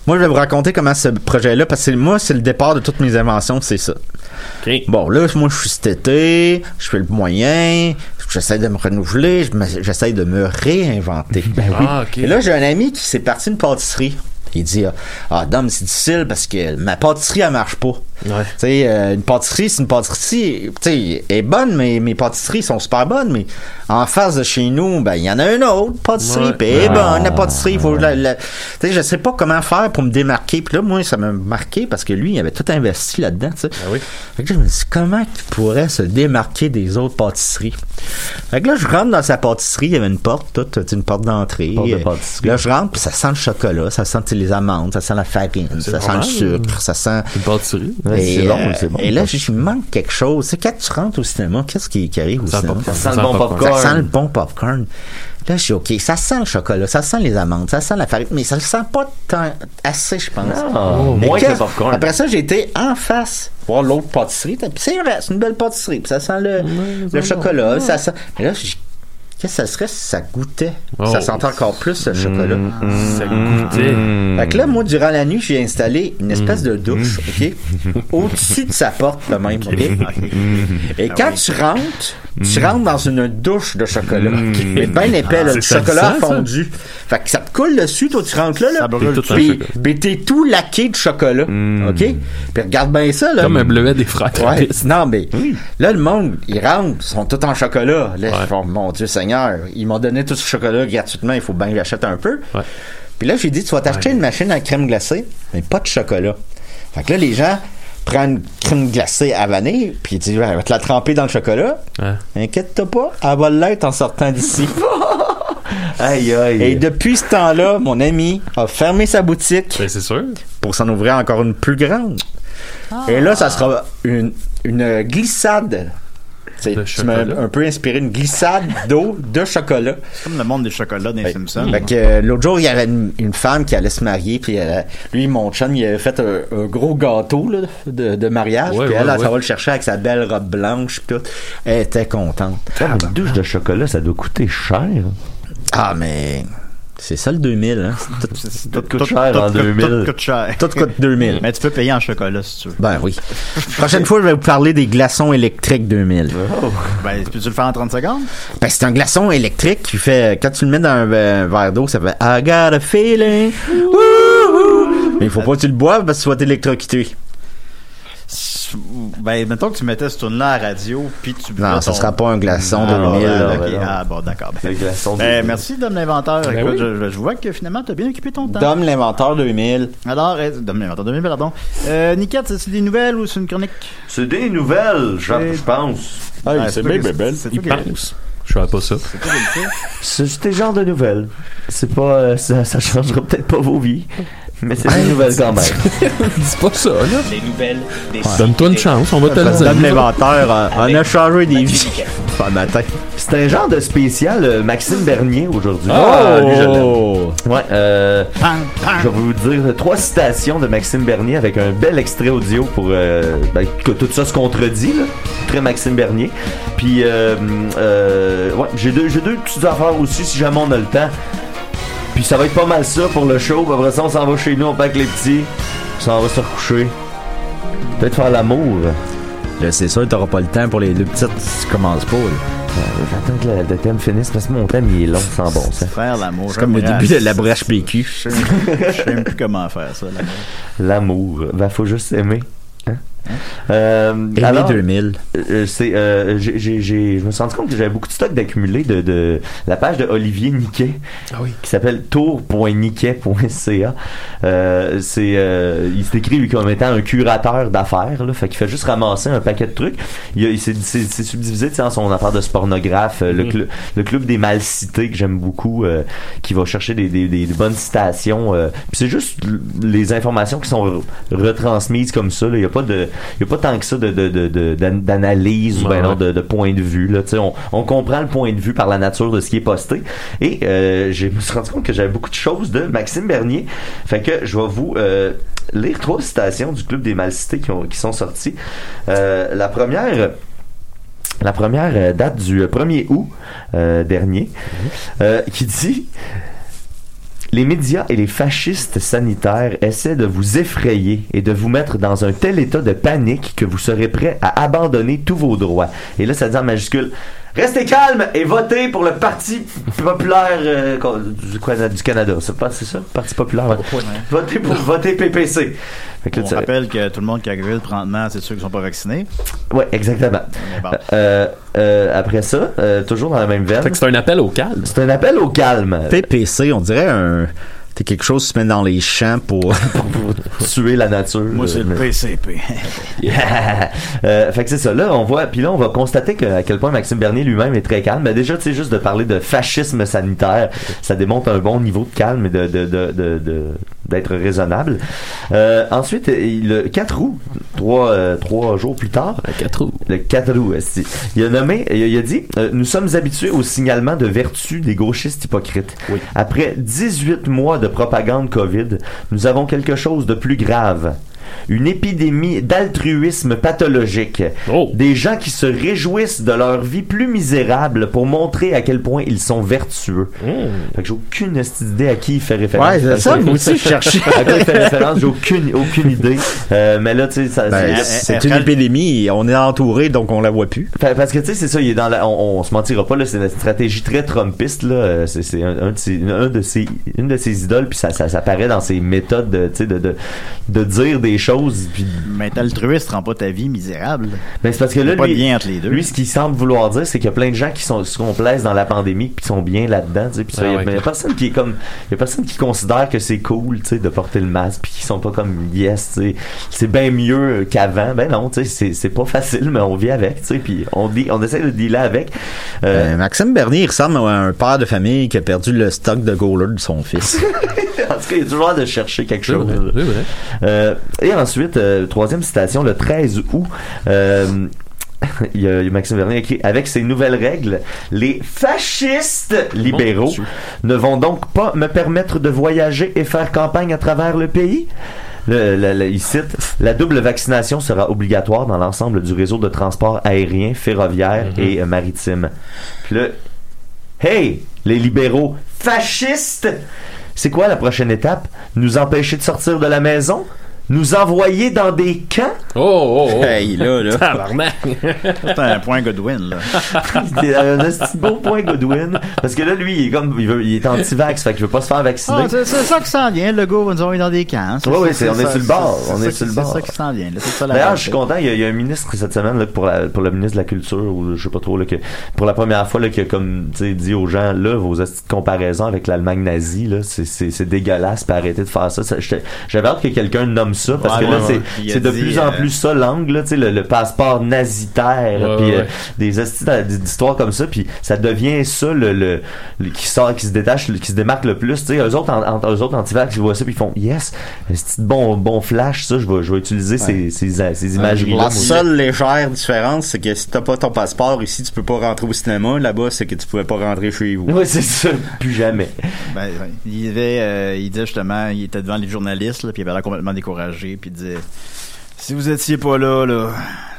S6: Moi, je vais vous raconter comment ce projet-là, parce que moi, c'est le départ de toutes mes inventions, c'est ça. Bon, là, moi, je suis cet été, je fais le moyen, j'essaie de me renouveler, je me- j'essaie de me réinventer.
S4: Ah, ok.
S6: Et là, j'ai un ami qui s'est parti une pâtisserie. Il dit euh, Ah, Dom, c'est difficile parce que ma pâtisserie, elle marche pas. Tu sais, euh, une pâtisserie, c'est une pâtisserie. Tu sais, elle est bonne, mais mes pâtisseries sont super bonnes. Mais en face de chez nous, ben, il y en a une autre pâtisserie,
S8: Ouais.
S6: puis elle est
S8: Ah.
S6: bonne, la pâtisserie. Faut la- la- Tu sais, je sais pas comment faire pour me démarquer. Puis là, moi, ça m'a marqué parce que lui, il avait tout investi là-dedans, tu sais.
S8: Ah
S6: Fait que là, je me dis Comment il pourrait se démarquer des autres pâtisseries Fait que là, je rentre dans sa pâtisserie, il y avait une porte, toute, tu sais, une porte d'entrée.
S8: Porte de
S6: Euh,
S8: pâtisserie.
S6: Là, je rentre, puis ça sent le chocolat, ça sent tu sais, les amandes, ça sent la farine, ça sent le
S4: normal.
S6: sucre, ça sent.
S4: Une pâtisserie.
S8: Ouais, c'est
S6: Et,
S8: bon,
S6: euh,
S8: c'est bon.
S6: Et là, j'ai- il manque quelque chose. Tu sais, quand tu rentres au cinéma, qu'est-ce qui, qui arrive au
S4: Ça sent le
S6: cinéma?
S4: popcorn. Ça sent le bon popcorn.
S6: Ça sent le bon popcorn. Là, je suis OK. Ça sent le chocolat, ça sent les amandes, ça sent la farine, mais ça le sent pas tant assez, je pense.
S8: Non,
S6: Mais
S8: Ah, moins que le
S6: quand-
S8: popcorn.
S6: Après ça, j'ai été en face voir l'autre pâtisserie. Puis c'est vrai, c'est une belle pâtisserie. Puis ça sent le, le
S8: bon.
S6: chocolat,
S8: Ouais.
S6: ça sent. Mais là, j'ai- qu'est-ce que ça serait si ça goûtait?
S8: Oh.
S6: Ça sentait encore plus le chocolat.
S8: mm, Ça goûtait.
S4: Mm,
S6: Fait que là, moi, durant la nuit, j'ai installé une espèce de douche, OK? Au-dessus de sa porte, quand même, OK?
S4: Mm.
S6: Et quand tu rentres, tu rentres dans une douche de chocolat. Mais bien épais, là,
S4: Mm. Ah,
S6: du
S4: c'est
S6: chocolat
S4: salissant, ça.
S6: fondu. Fait que ça te coule dessus, toi, tu rentres là, là.
S4: Ça brûle tout le
S6: puis,
S4: chocolat.
S6: puis t'es tout laqué de chocolat, OK? Puis regarde bien ça, là.
S4: Comme un bleuet des frères
S6: Ouais.
S4: Trappistes.
S6: Non, mais là, le monde, ils rentrent, ils sont tous en chocolat. Là, je fais, mon Dieu Seigneur, ils m'ont donné tout ce chocolat gratuitement, il faut bien que j'achète un peu. Puis là, j'ai dit, tu vas t'acheter une machine à crème glacée, mais pas de chocolat. Fait que là, les gens prennent une crème glacée à vanille, puis ils disent, Ouais, elle va te la tremper dans le chocolat. Inquiète-toi pas, elle va l'être en sortant d'ici.
S8: Aïe, aïe.
S6: Et depuis ce temps-là, mon ami a fermé sa boutique.
S4: Ben, c'est sûr.
S6: Pour s'en ouvrir encore une plus grande. Et là, ça sera une, une glissade. C'est- Tu m'as
S5: chocolat.
S6: un peu inspiré, une glissade d'eau de chocolat.
S5: C'est comme le monde des chocolats des Simpsons.
S6: Fait que euh, l'autre jour, il y avait une, une femme qui allait se marier, puis elle, lui, mon chum, il avait fait un, un gros gâteau là, de, de
S16: Ah,
S6: mariage,
S8: Ouais,
S6: puis
S8: ouais,
S6: elle, elle
S8: ouais.
S6: s'en va le chercher avec sa belle robe blanche, puis tout. Elle était contente.
S8: Ah, mais une douche de chocolat, ça doit coûter cher.
S6: Ah, mais
S16: C'est ça le 2000, hein? C'est Tout,
S5: tout coûte cher en 2000.
S16: Tout coûte cher. Tout coûte 2000.
S5: Mais tu peux payer en chocolat si tu veux.
S16: Ben oui. Prochaine fois, je vais vous parler des glaçons électriques 2000.
S5: Ben, peux-tu le faire en 30 secondes?
S16: Ben, c'est un glaçon électrique qui fait, quand tu le mets dans un, euh, verre d'eau, ça fait I got a feeling. Wouhou! Mais il faut pas que tu le boives parce que tu vas t'électrocuter.
S5: Ben, mettons que tu mettais ce tune là à la radio, puis tu
S16: Non, ça sera pas un glaçon 2000.
S5: Ah,
S16: là,
S5: ok.
S16: ben non.
S5: Ah, bon, d'accord. Ben,
S16: Un glaçon
S5: ben,
S16: 2000.
S5: merci, Dom l'inventeur.
S16: Ben
S5: Écoute,
S16: oui.
S5: je, je vois que finalement, t'as bien occupé ton temps.
S16: Dom l'inventeur 2000.
S5: Alors, euh, Dom l'inventeur 2000, pardon. Euh, Niket, c'est-tu des nouvelles ou c'est une chronique? Eh
S8: C'est des nouvelles, je je pense.
S5: Ah, il sait bien, ben, ben, il pense.
S4: Je savais pas ça.
S8: C'est c'est des genres de nouvelles. C'est pas, euh, ça, ça changera peut-être pas vos vies, mais c'est des nouvelles quand même.
S4: Dis pas ça, là.
S11: Des nouvelles, des
S4: Donne-toi une chance, on va te le dire.
S16: Dom l'inventeur, euh, on a changé des vies. Pas matin.
S8: C'est un genre de spécial euh, Maxime Bernier aujourd'hui.
S16: Ah,
S8: lui, je l'aime.
S16: oh!
S8: Ouais, euh, je vais vous dire euh, trois citations de Maxime Bernier avec un bel extrait audio pour euh, ben, que tout ça se contredit, là. Très Maxime Bernier. Puis, euh, euh, ouais, j'ai deux, j'ai deux petites affaires aussi si jamais on a le temps. Puis ça va être pas mal ça pour le show. Puis Après ça, on s'en va chez nous, on pack les petits. On s'en va se recoucher. Peut-être faire l'amour.
S16: Là, c'est sûr, t'auras pas le temps pour les deux petites si tu commences pas.
S8: J'attends que le, le thème finisse parce que mon thème il est long sans bon sens.
S5: Faire l'amour.
S16: C'est comme au
S5: j'aimerais-
S16: début de la brèche PQ.
S5: Je sais même- je sais même plus comment faire ça, l'amour.
S8: L'amour. Ben, faut juste aimer. Hein? Euh,
S16: Aimer 2000.
S8: euh, c'est, euh, j'ai- j'ai- j'ai- je me suis rendu compte que j'avais beaucoup de stock d'accumulé de, de la page de Olivier Niquet qui s'appelle tour.niquet.ca. Euh, c'est, euh, il s'est écrit lui comme étant un curateur d'affaires, là, fait qu'il fait juste ramasser un paquet de trucs. Il, a- il s'est, s'est- s'est subdivisé tu sais, en son affaire de ce pornographe, euh, le,
S13: Mhm.
S8: cl- le club des mal cités que j'aime beaucoup, euh, qui va chercher des, des- des- des bonnes citations. euh. Puis c'est juste l- les informations qui sont re- retransmises comme ça. là. Il n'y a pas de, il y a pas tant que ça de, de- de- de- d'an- d'analyse ou ben non, de, de point de vue. Là. Tu sais, On, on comprend le point de vue par la nature de ce qui est posté. Et euh, je me suis rendu compte que j'avais beaucoup de choses de Maxime Bernier. Fait que je vais vous euh, lire trois citations du club des mal cités qui, ont- qui sont sorties. Euh, la première. La première euh, date du euh, 1er août euh, dernier, euh, qui dit Les médias et les fascistes sanitaires essaient de vous effrayer et de vous mettre dans un tel état de panique que vous serez prêt à abandonner tous vos droits. Et là, ça dit en majuscule Restez calme et votez pour le Parti populaire euh, co- du, Canada- du Canada. C'est pas- c'est ça, Parti populaire. ouais. Votez pour voter PPC. Fait que là,
S5: On
S8: tu-
S5: rappelle que tout le monde qui a grippé le présentement, c'est ceux qui sont pas vaccinés.
S8: Ouais, exactement. Euh, euh, après ça, euh, toujours dans la même veine.
S4: C'est un appel au calme.
S8: C'est un appel au calme.
S16: PPC, on dirait un. T'es quelque chose qui se met dans les champs pour.
S8: tuer la nature.
S5: Moi, c'est le PCP.
S8: Yeah. Euh, fait que c'est ça. Là, on voit, puis là, on va constater que, à quel point Maxime Bernier lui-même est très calme. Mais déjà, tu sais, juste de parler de fascisme sanitaire, ça démontre un bon niveau de calme et de, de, de, de- de- d'être raisonnable. Euh, ensuite, euh, le 4 août, trois, euh, trois jours plus tard. Le 4 août. Le 4 août, esti. Il a nommé, il a, il a dit, euh, nous sommes habitués au signalement de vertu des gauchistes hypocrites. Après 18 mois de propagande COVID, nous avons quelque chose de plus grave une épidémie d'altruisme pathologique. Des gens qui se réjouissent de leur vie plus misérable pour montrer à quel point ils sont vertueux. Fait que j'ai aucune esti idée à qui il fait référence.
S16: Ouais, c'est ça, moi aussi, je cherchais.
S8: À quoi il fait référence, j'ai aucune, aucune idée. Euh, mais là, tu sais, ça-
S16: Ben, c'est une épidémie, on est entouré, donc on la voit plus.
S8: Fa- Parce que tu sais, c'est ça, il est dans la, on, on se mentira pas, là, c'est une stratégie très trumpiste, là. Euh, C'est, c'est un, un de ses, un de ses- une de ses idoles, puis ça, ça, ça paraît dans ses méthodes de, tu sais, de, de, de dire des choses. Puis...
S5: Mais t'altruiste rend pas ta vie misérable.
S8: Ben, c'est parce que
S5: Y a
S8: là,
S5: pas de
S8: lui,
S5: lien entre les deux.
S8: lui, ce qu'il semble vouloir dire, c'est qu'il y a plein de gens qui sont, se complaisent dans la pandémie, puis qui sont bien là-dedans, tu sais. Puis ça,
S4: Ah
S8: il y a-
S4: ouais.
S8: mais il y a personne qui est comme, il y a personne qui considère que c'est cool, tu sais, de porter le masque, puis qui sont pas comme, yes, tu sais, c'est bien mieux qu'avant. Ben non, tu sais, c'est, c'est pas facile, mais on vit avec, tu sais, puis on, dit, on essaie de dealer avec.
S16: Euh, Maxime Bernier il ressemble à un père de famille qui a perdu le stock de goalers de son fils.
S8: en tout cas, il y a toujours l'air de chercher quelque chose. Euh, et ensuite, euh, troisième citation, le 13 août. euh, Il y, a, il y a Maxime Vernier écrit Avec ces nouvelles règles, les fascistes libéraux ne vont donc pas me permettre de voyager et faire campagne à travers le pays. Le- le- le- il cite La double vaccination sera obligatoire dans l'ensemble du réseau de transport aérien, ferroviaire et euh, maritime. Puis là, Hey, les libéraux fascistes! C'est quoi la prochaine étape? Nous empêcher de sortir de la maison? Nous envoyer dans des camps?
S18: Oh,
S8: oh.
S6: Hey, là, là.
S18: Tabarnak.
S6: C'est un point Godwin, là.
S8: C'est un petit bon point, Godwin. Parce que là, lui, il est, comme, il veut- il est anti-vax, fait qu'il veut pas se faire vacciner.
S5: Ah, c'est c'est ça qui s'en vient. Le gars va nous envoyer dans des camps. hein. C'est-
S8: Oui, oui,
S5: c'est-
S8: c'est- on
S5: c'est
S8: est
S5: ça-
S8: sur le bord.
S5: c'est-
S8: On
S5: c'est
S8: est
S5: ça-
S8: sur le
S5: c'est
S8: bord.
S5: ça qui s'en vient. là. C'est ça la
S8: D'ailleurs,
S5: réalité.
S8: je suis content. Il y, a, il y a un ministre cette semaine là, pour, la, pour le ministre de la Culture, ou je sais pas trop, là, que, pour la première fois, là, qui a comme tu sais, dit aux gens, là, vos hosties de comparaisons avec l'Allemagne nazie, là, c'est- c'est c'est dégueulasse, puis arrêtez de faire ça. Ça, j'étais- J'avais hâte que quelqu'un nomme ça, parce
S6: Ouais,
S8: que là,
S6: ouais,
S8: c'est-
S6: ouais. Il a
S8: c'est de
S6: dit,
S8: plus
S6: euh,
S8: en plus ça l'angle, là, tu sais, le, le passeport nazitaire,
S6: Ouais,
S8: puis
S6: ouais,
S8: euh,
S6: ouais.
S8: des hosties d'a- d'histoires comme ça, puis ça devient ça le, le- le- qui sort, qui se détache, le- qui se démarque le plus. Tu sais, eux autres, en, en- eux autres antivax, ils voient ça, puis ils font yes, c'est bon, bon flash, ça, je vais, je vais utiliser ces, ces, ces imageries-là.
S6: Ah, La
S8: moi.
S6: seule légère différence, c'est que si t'as pas ton passeport ici, tu peux pas rentrer au cinéma. Là-bas, c'est que tu pouvais pas rentrer chez vous.
S8: Oui, c'est ça. Plus jamais.
S5: Ben, ouais. il, y avait, euh, il disait justement, il était devant les journalistes, là, puis il avait l'air complètement découragé, puis il disait Si vous étiez pas là, là,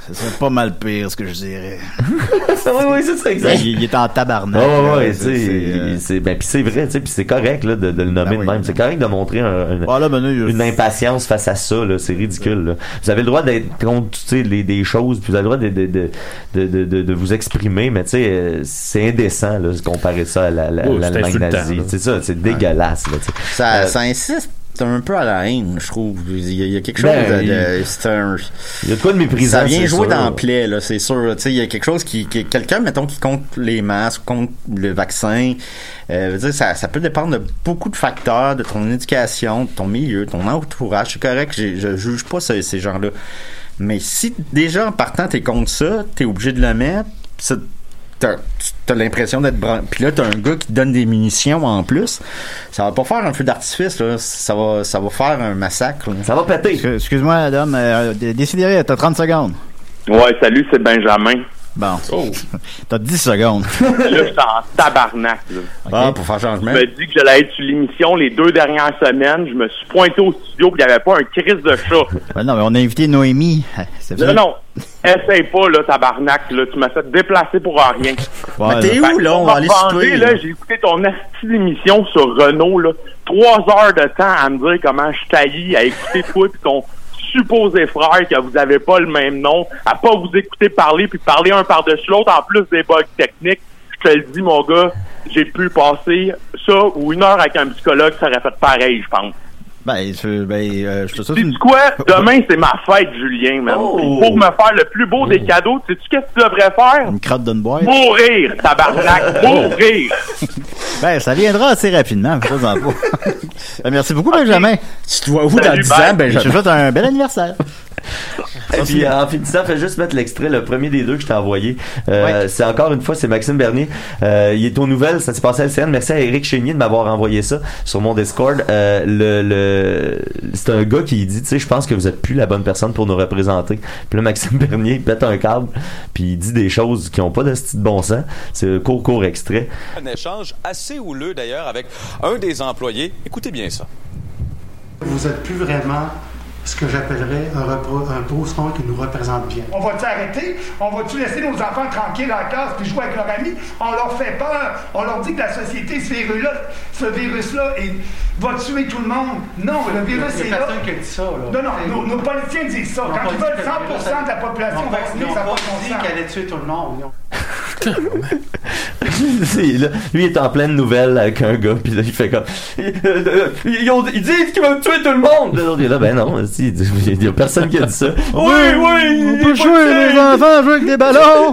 S5: ce serait pas mal pire, ce que je dirais.
S8: Ah oui, oui, c'est ça, exact.
S5: Il, il était en
S8: Ah
S5: tabarnak.
S8: ouais,
S5: là,
S8: ouais, tu
S5: c'est-
S8: sais,
S5: c'est, euh, Ben
S8: il- c'est ben puis c'est vrai, tu sais, puis c'est correct là, de, de le nommer de même, c'est correct de montrer un- un-
S5: Ah,
S8: une impatience face à ça là, c'est ridicule. là. Vous avez le droit d'être contre, tu sais, les- des choses, puis vous avez le droit de de, de, de, de- de- de vous exprimer, mais tu sais, euh, c'est indécent là, de comparer ça à la- la-
S6: Oh, c'est
S8: l'Allemagne
S6: insultant,
S8: nazie.
S6: là.
S8: C'est ça, c'est dégueulasse là, tu sais.
S6: Ça,
S8: Euh,
S6: ça insiste un peu à la haine, je trouve. Il y a, il y a quelque chose
S8: Ben,
S6: de- de.
S8: il-
S6: c'est un-
S8: Il y a de quoi de méprisant,
S6: Ça vient
S8: c'est
S6: jouer
S8: sûr.
S6: dans le plaie, là, c'est sûr. Tu sais, il y a quelque chose qui. qui- Quelqu'un, mettons, qui compte les masques, compte le vaccin. Euh, je veux dire, ça, ça peut dépendre de beaucoup de facteurs, de ton éducation, de ton milieu, de ton entourage. C'est correct, j'ai- je juge pas ce- ces gens-là. Mais si déjà en partant, t'es contre ça, t'es obligé de le mettre, ça- t'as tu- t'as l'impression d'être bran... puis là t'as un gars qui te donne des munitions en plus ça va pas faire un feu d'artifice là ça va ça va faire un massacre
S8: ça va péter
S5: Excuse-moi, Adam, euh, dé- décidérez, t'as 30 secondes.
S19: Ouais, salut, c'est Benjamin.
S5: Bon. T'as 10 secondes.
S19: là, je suis en tabarnak. là.
S6: Ah, pour faire
S19: Je
S6: changement.
S19: me dis que j'allais être sur l'émission les deux dernières semaines. Je me suis pointé au studio puis il n'y avait pas un crise de chat.
S5: Ben non, mais on a invité Noémie. C'est
S19: Non, non. Essaye pas, là, tabarnak. Là. Tu m'as fait déplacer pour rien.
S5: Ouais, Mais t'es
S19: Fait
S5: où,
S19: que
S5: là?
S19: pour
S5: On
S19: me
S5: va aller se
S19: venger,
S5: tuer,
S19: là,
S5: là.
S19: J'ai écouté ton asti d'émission sur Renault. Là. Trois heures de temps à me dire comment je taillis à écouter toi et ton supposé frère que vous avez pas le même nom, à pas vous écouter parler puis parler un par-dessus l'autre en plus des bugs techniques. Je te le dis, mon gars, j'ai pu passer ça ou une heure avec un psychologue, ça aurait fait pareil, je pense.
S5: Ben, je, ben, euh, je te souhaite une... Oh!
S19: Quoi? Demain, c'est ma fête, Julien, man. Puis Pour me faire le plus beau des cadeaux, sais-tu qu'est-ce que tu devrais faire?
S5: une crotte d'une boîte. Oh!
S19: Mourir, tabarnak, mourir!
S5: Ben, ça viendra assez rapidement, fais en pas. Ben, merci beaucoup, Benjamin.
S6: Tu te vois
S8: où dans Salut, 10 ans, bye. Benjamin?
S5: Je te souhaite un bel anniversaire.
S8: Et puis euh, en finissant, fais juste mettre l'extrait, le premier des deux que je t'ai envoyé. Euh, C'est encore une fois, c'est Maxime Bernier. Euh, il est aux nouvelles, ça s'est passé à LCN. Merci à Eric Chénier de m'avoir envoyé ça sur mon Discord. Euh, le, le, c'est un gars qui dit, tu sais, je pense que vous êtes plus la bonne personne pour nous représenter. Puis là, Maxime Bernier il pète un câble, puis il dit des choses qui n'ont pas de style de bon sens. C'est un court, court extrait.
S13: Un échange assez houleux d'ailleurs avec un des employés. Écoutez bien ça.
S20: Vous êtes plus vraiment ce que j'appellerais un, repro- un pousseron qui nous représente bien.
S21: On va-tu arrêter? On va-tu laisser nos enfants tranquilles en classe puis jouer avec leurs amis? On leur fait peur. On leur dit que la société, ce virus-là, ce virus-là est- va tuer tout le monde. Non, le virus
S20: Il y a
S21: est là.
S20: personne qui a dit ça, là.
S21: Non, non,
S20: C'est-
S21: nos, nos politiciens disent ça.
S20: Ils ont pas
S21: Quand ils
S20: dit que
S21: veulent
S20: le virus
S21: 100 de la
S20: Ils
S21: population
S20: ont pas-
S21: vaccinée,
S20: ils ont
S21: ça n'a
S20: pas
S21: pas de
S20: dit
S21: bon sens.
S20: qu'elle allait tuer tout le monde. Ils ont-
S8: C'est- là, lui, il est en pleine nouvelle avec un gars, puis là, il fait comme. Ils, ont- ils disent qu'ils veulent tuer tout le monde! Là, l'autre, il est là, ben non, si, il y a personne qui a dit ça. Oui, oui!
S5: On peut jouer, les enfants, jouer avec des ballons!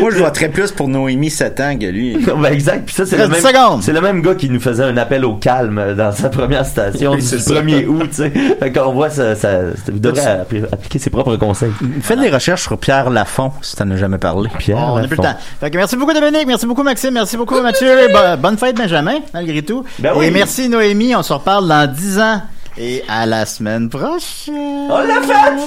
S6: Moi, je voterais plus pour Noémie 7 ans que lui.
S8: Non, ben exact. Puis ça, c'est le,
S6: Reste
S8: même,
S6: dix secondes.
S8: c'est le même gars qui nous faisait un appel au calme euh, dans sa première station
S6: Oui,
S8: du
S6: c'est ça.
S8: 1er août. tu sais. Fait qu'on euh, voit, ça, ça, vous devrez
S6: Là,
S8: appli- appliquer ses propres conseils.
S6: Faites des recherches sur Pierre Lafont, si t'en as jamais parlé. Ah,
S8: Pierre
S5: On n'a plus le temps. Fait que merci beaucoup, Dominique. Merci beaucoup, Maxime. Merci beaucoup, Mathieu. Bo- bonne fête, Benjamin, malgré tout.
S6: Ben oui.
S5: Et merci, Noémie. On se reparle dans 10 ans. Et à la semaine prochaine.
S3: On l'a fait!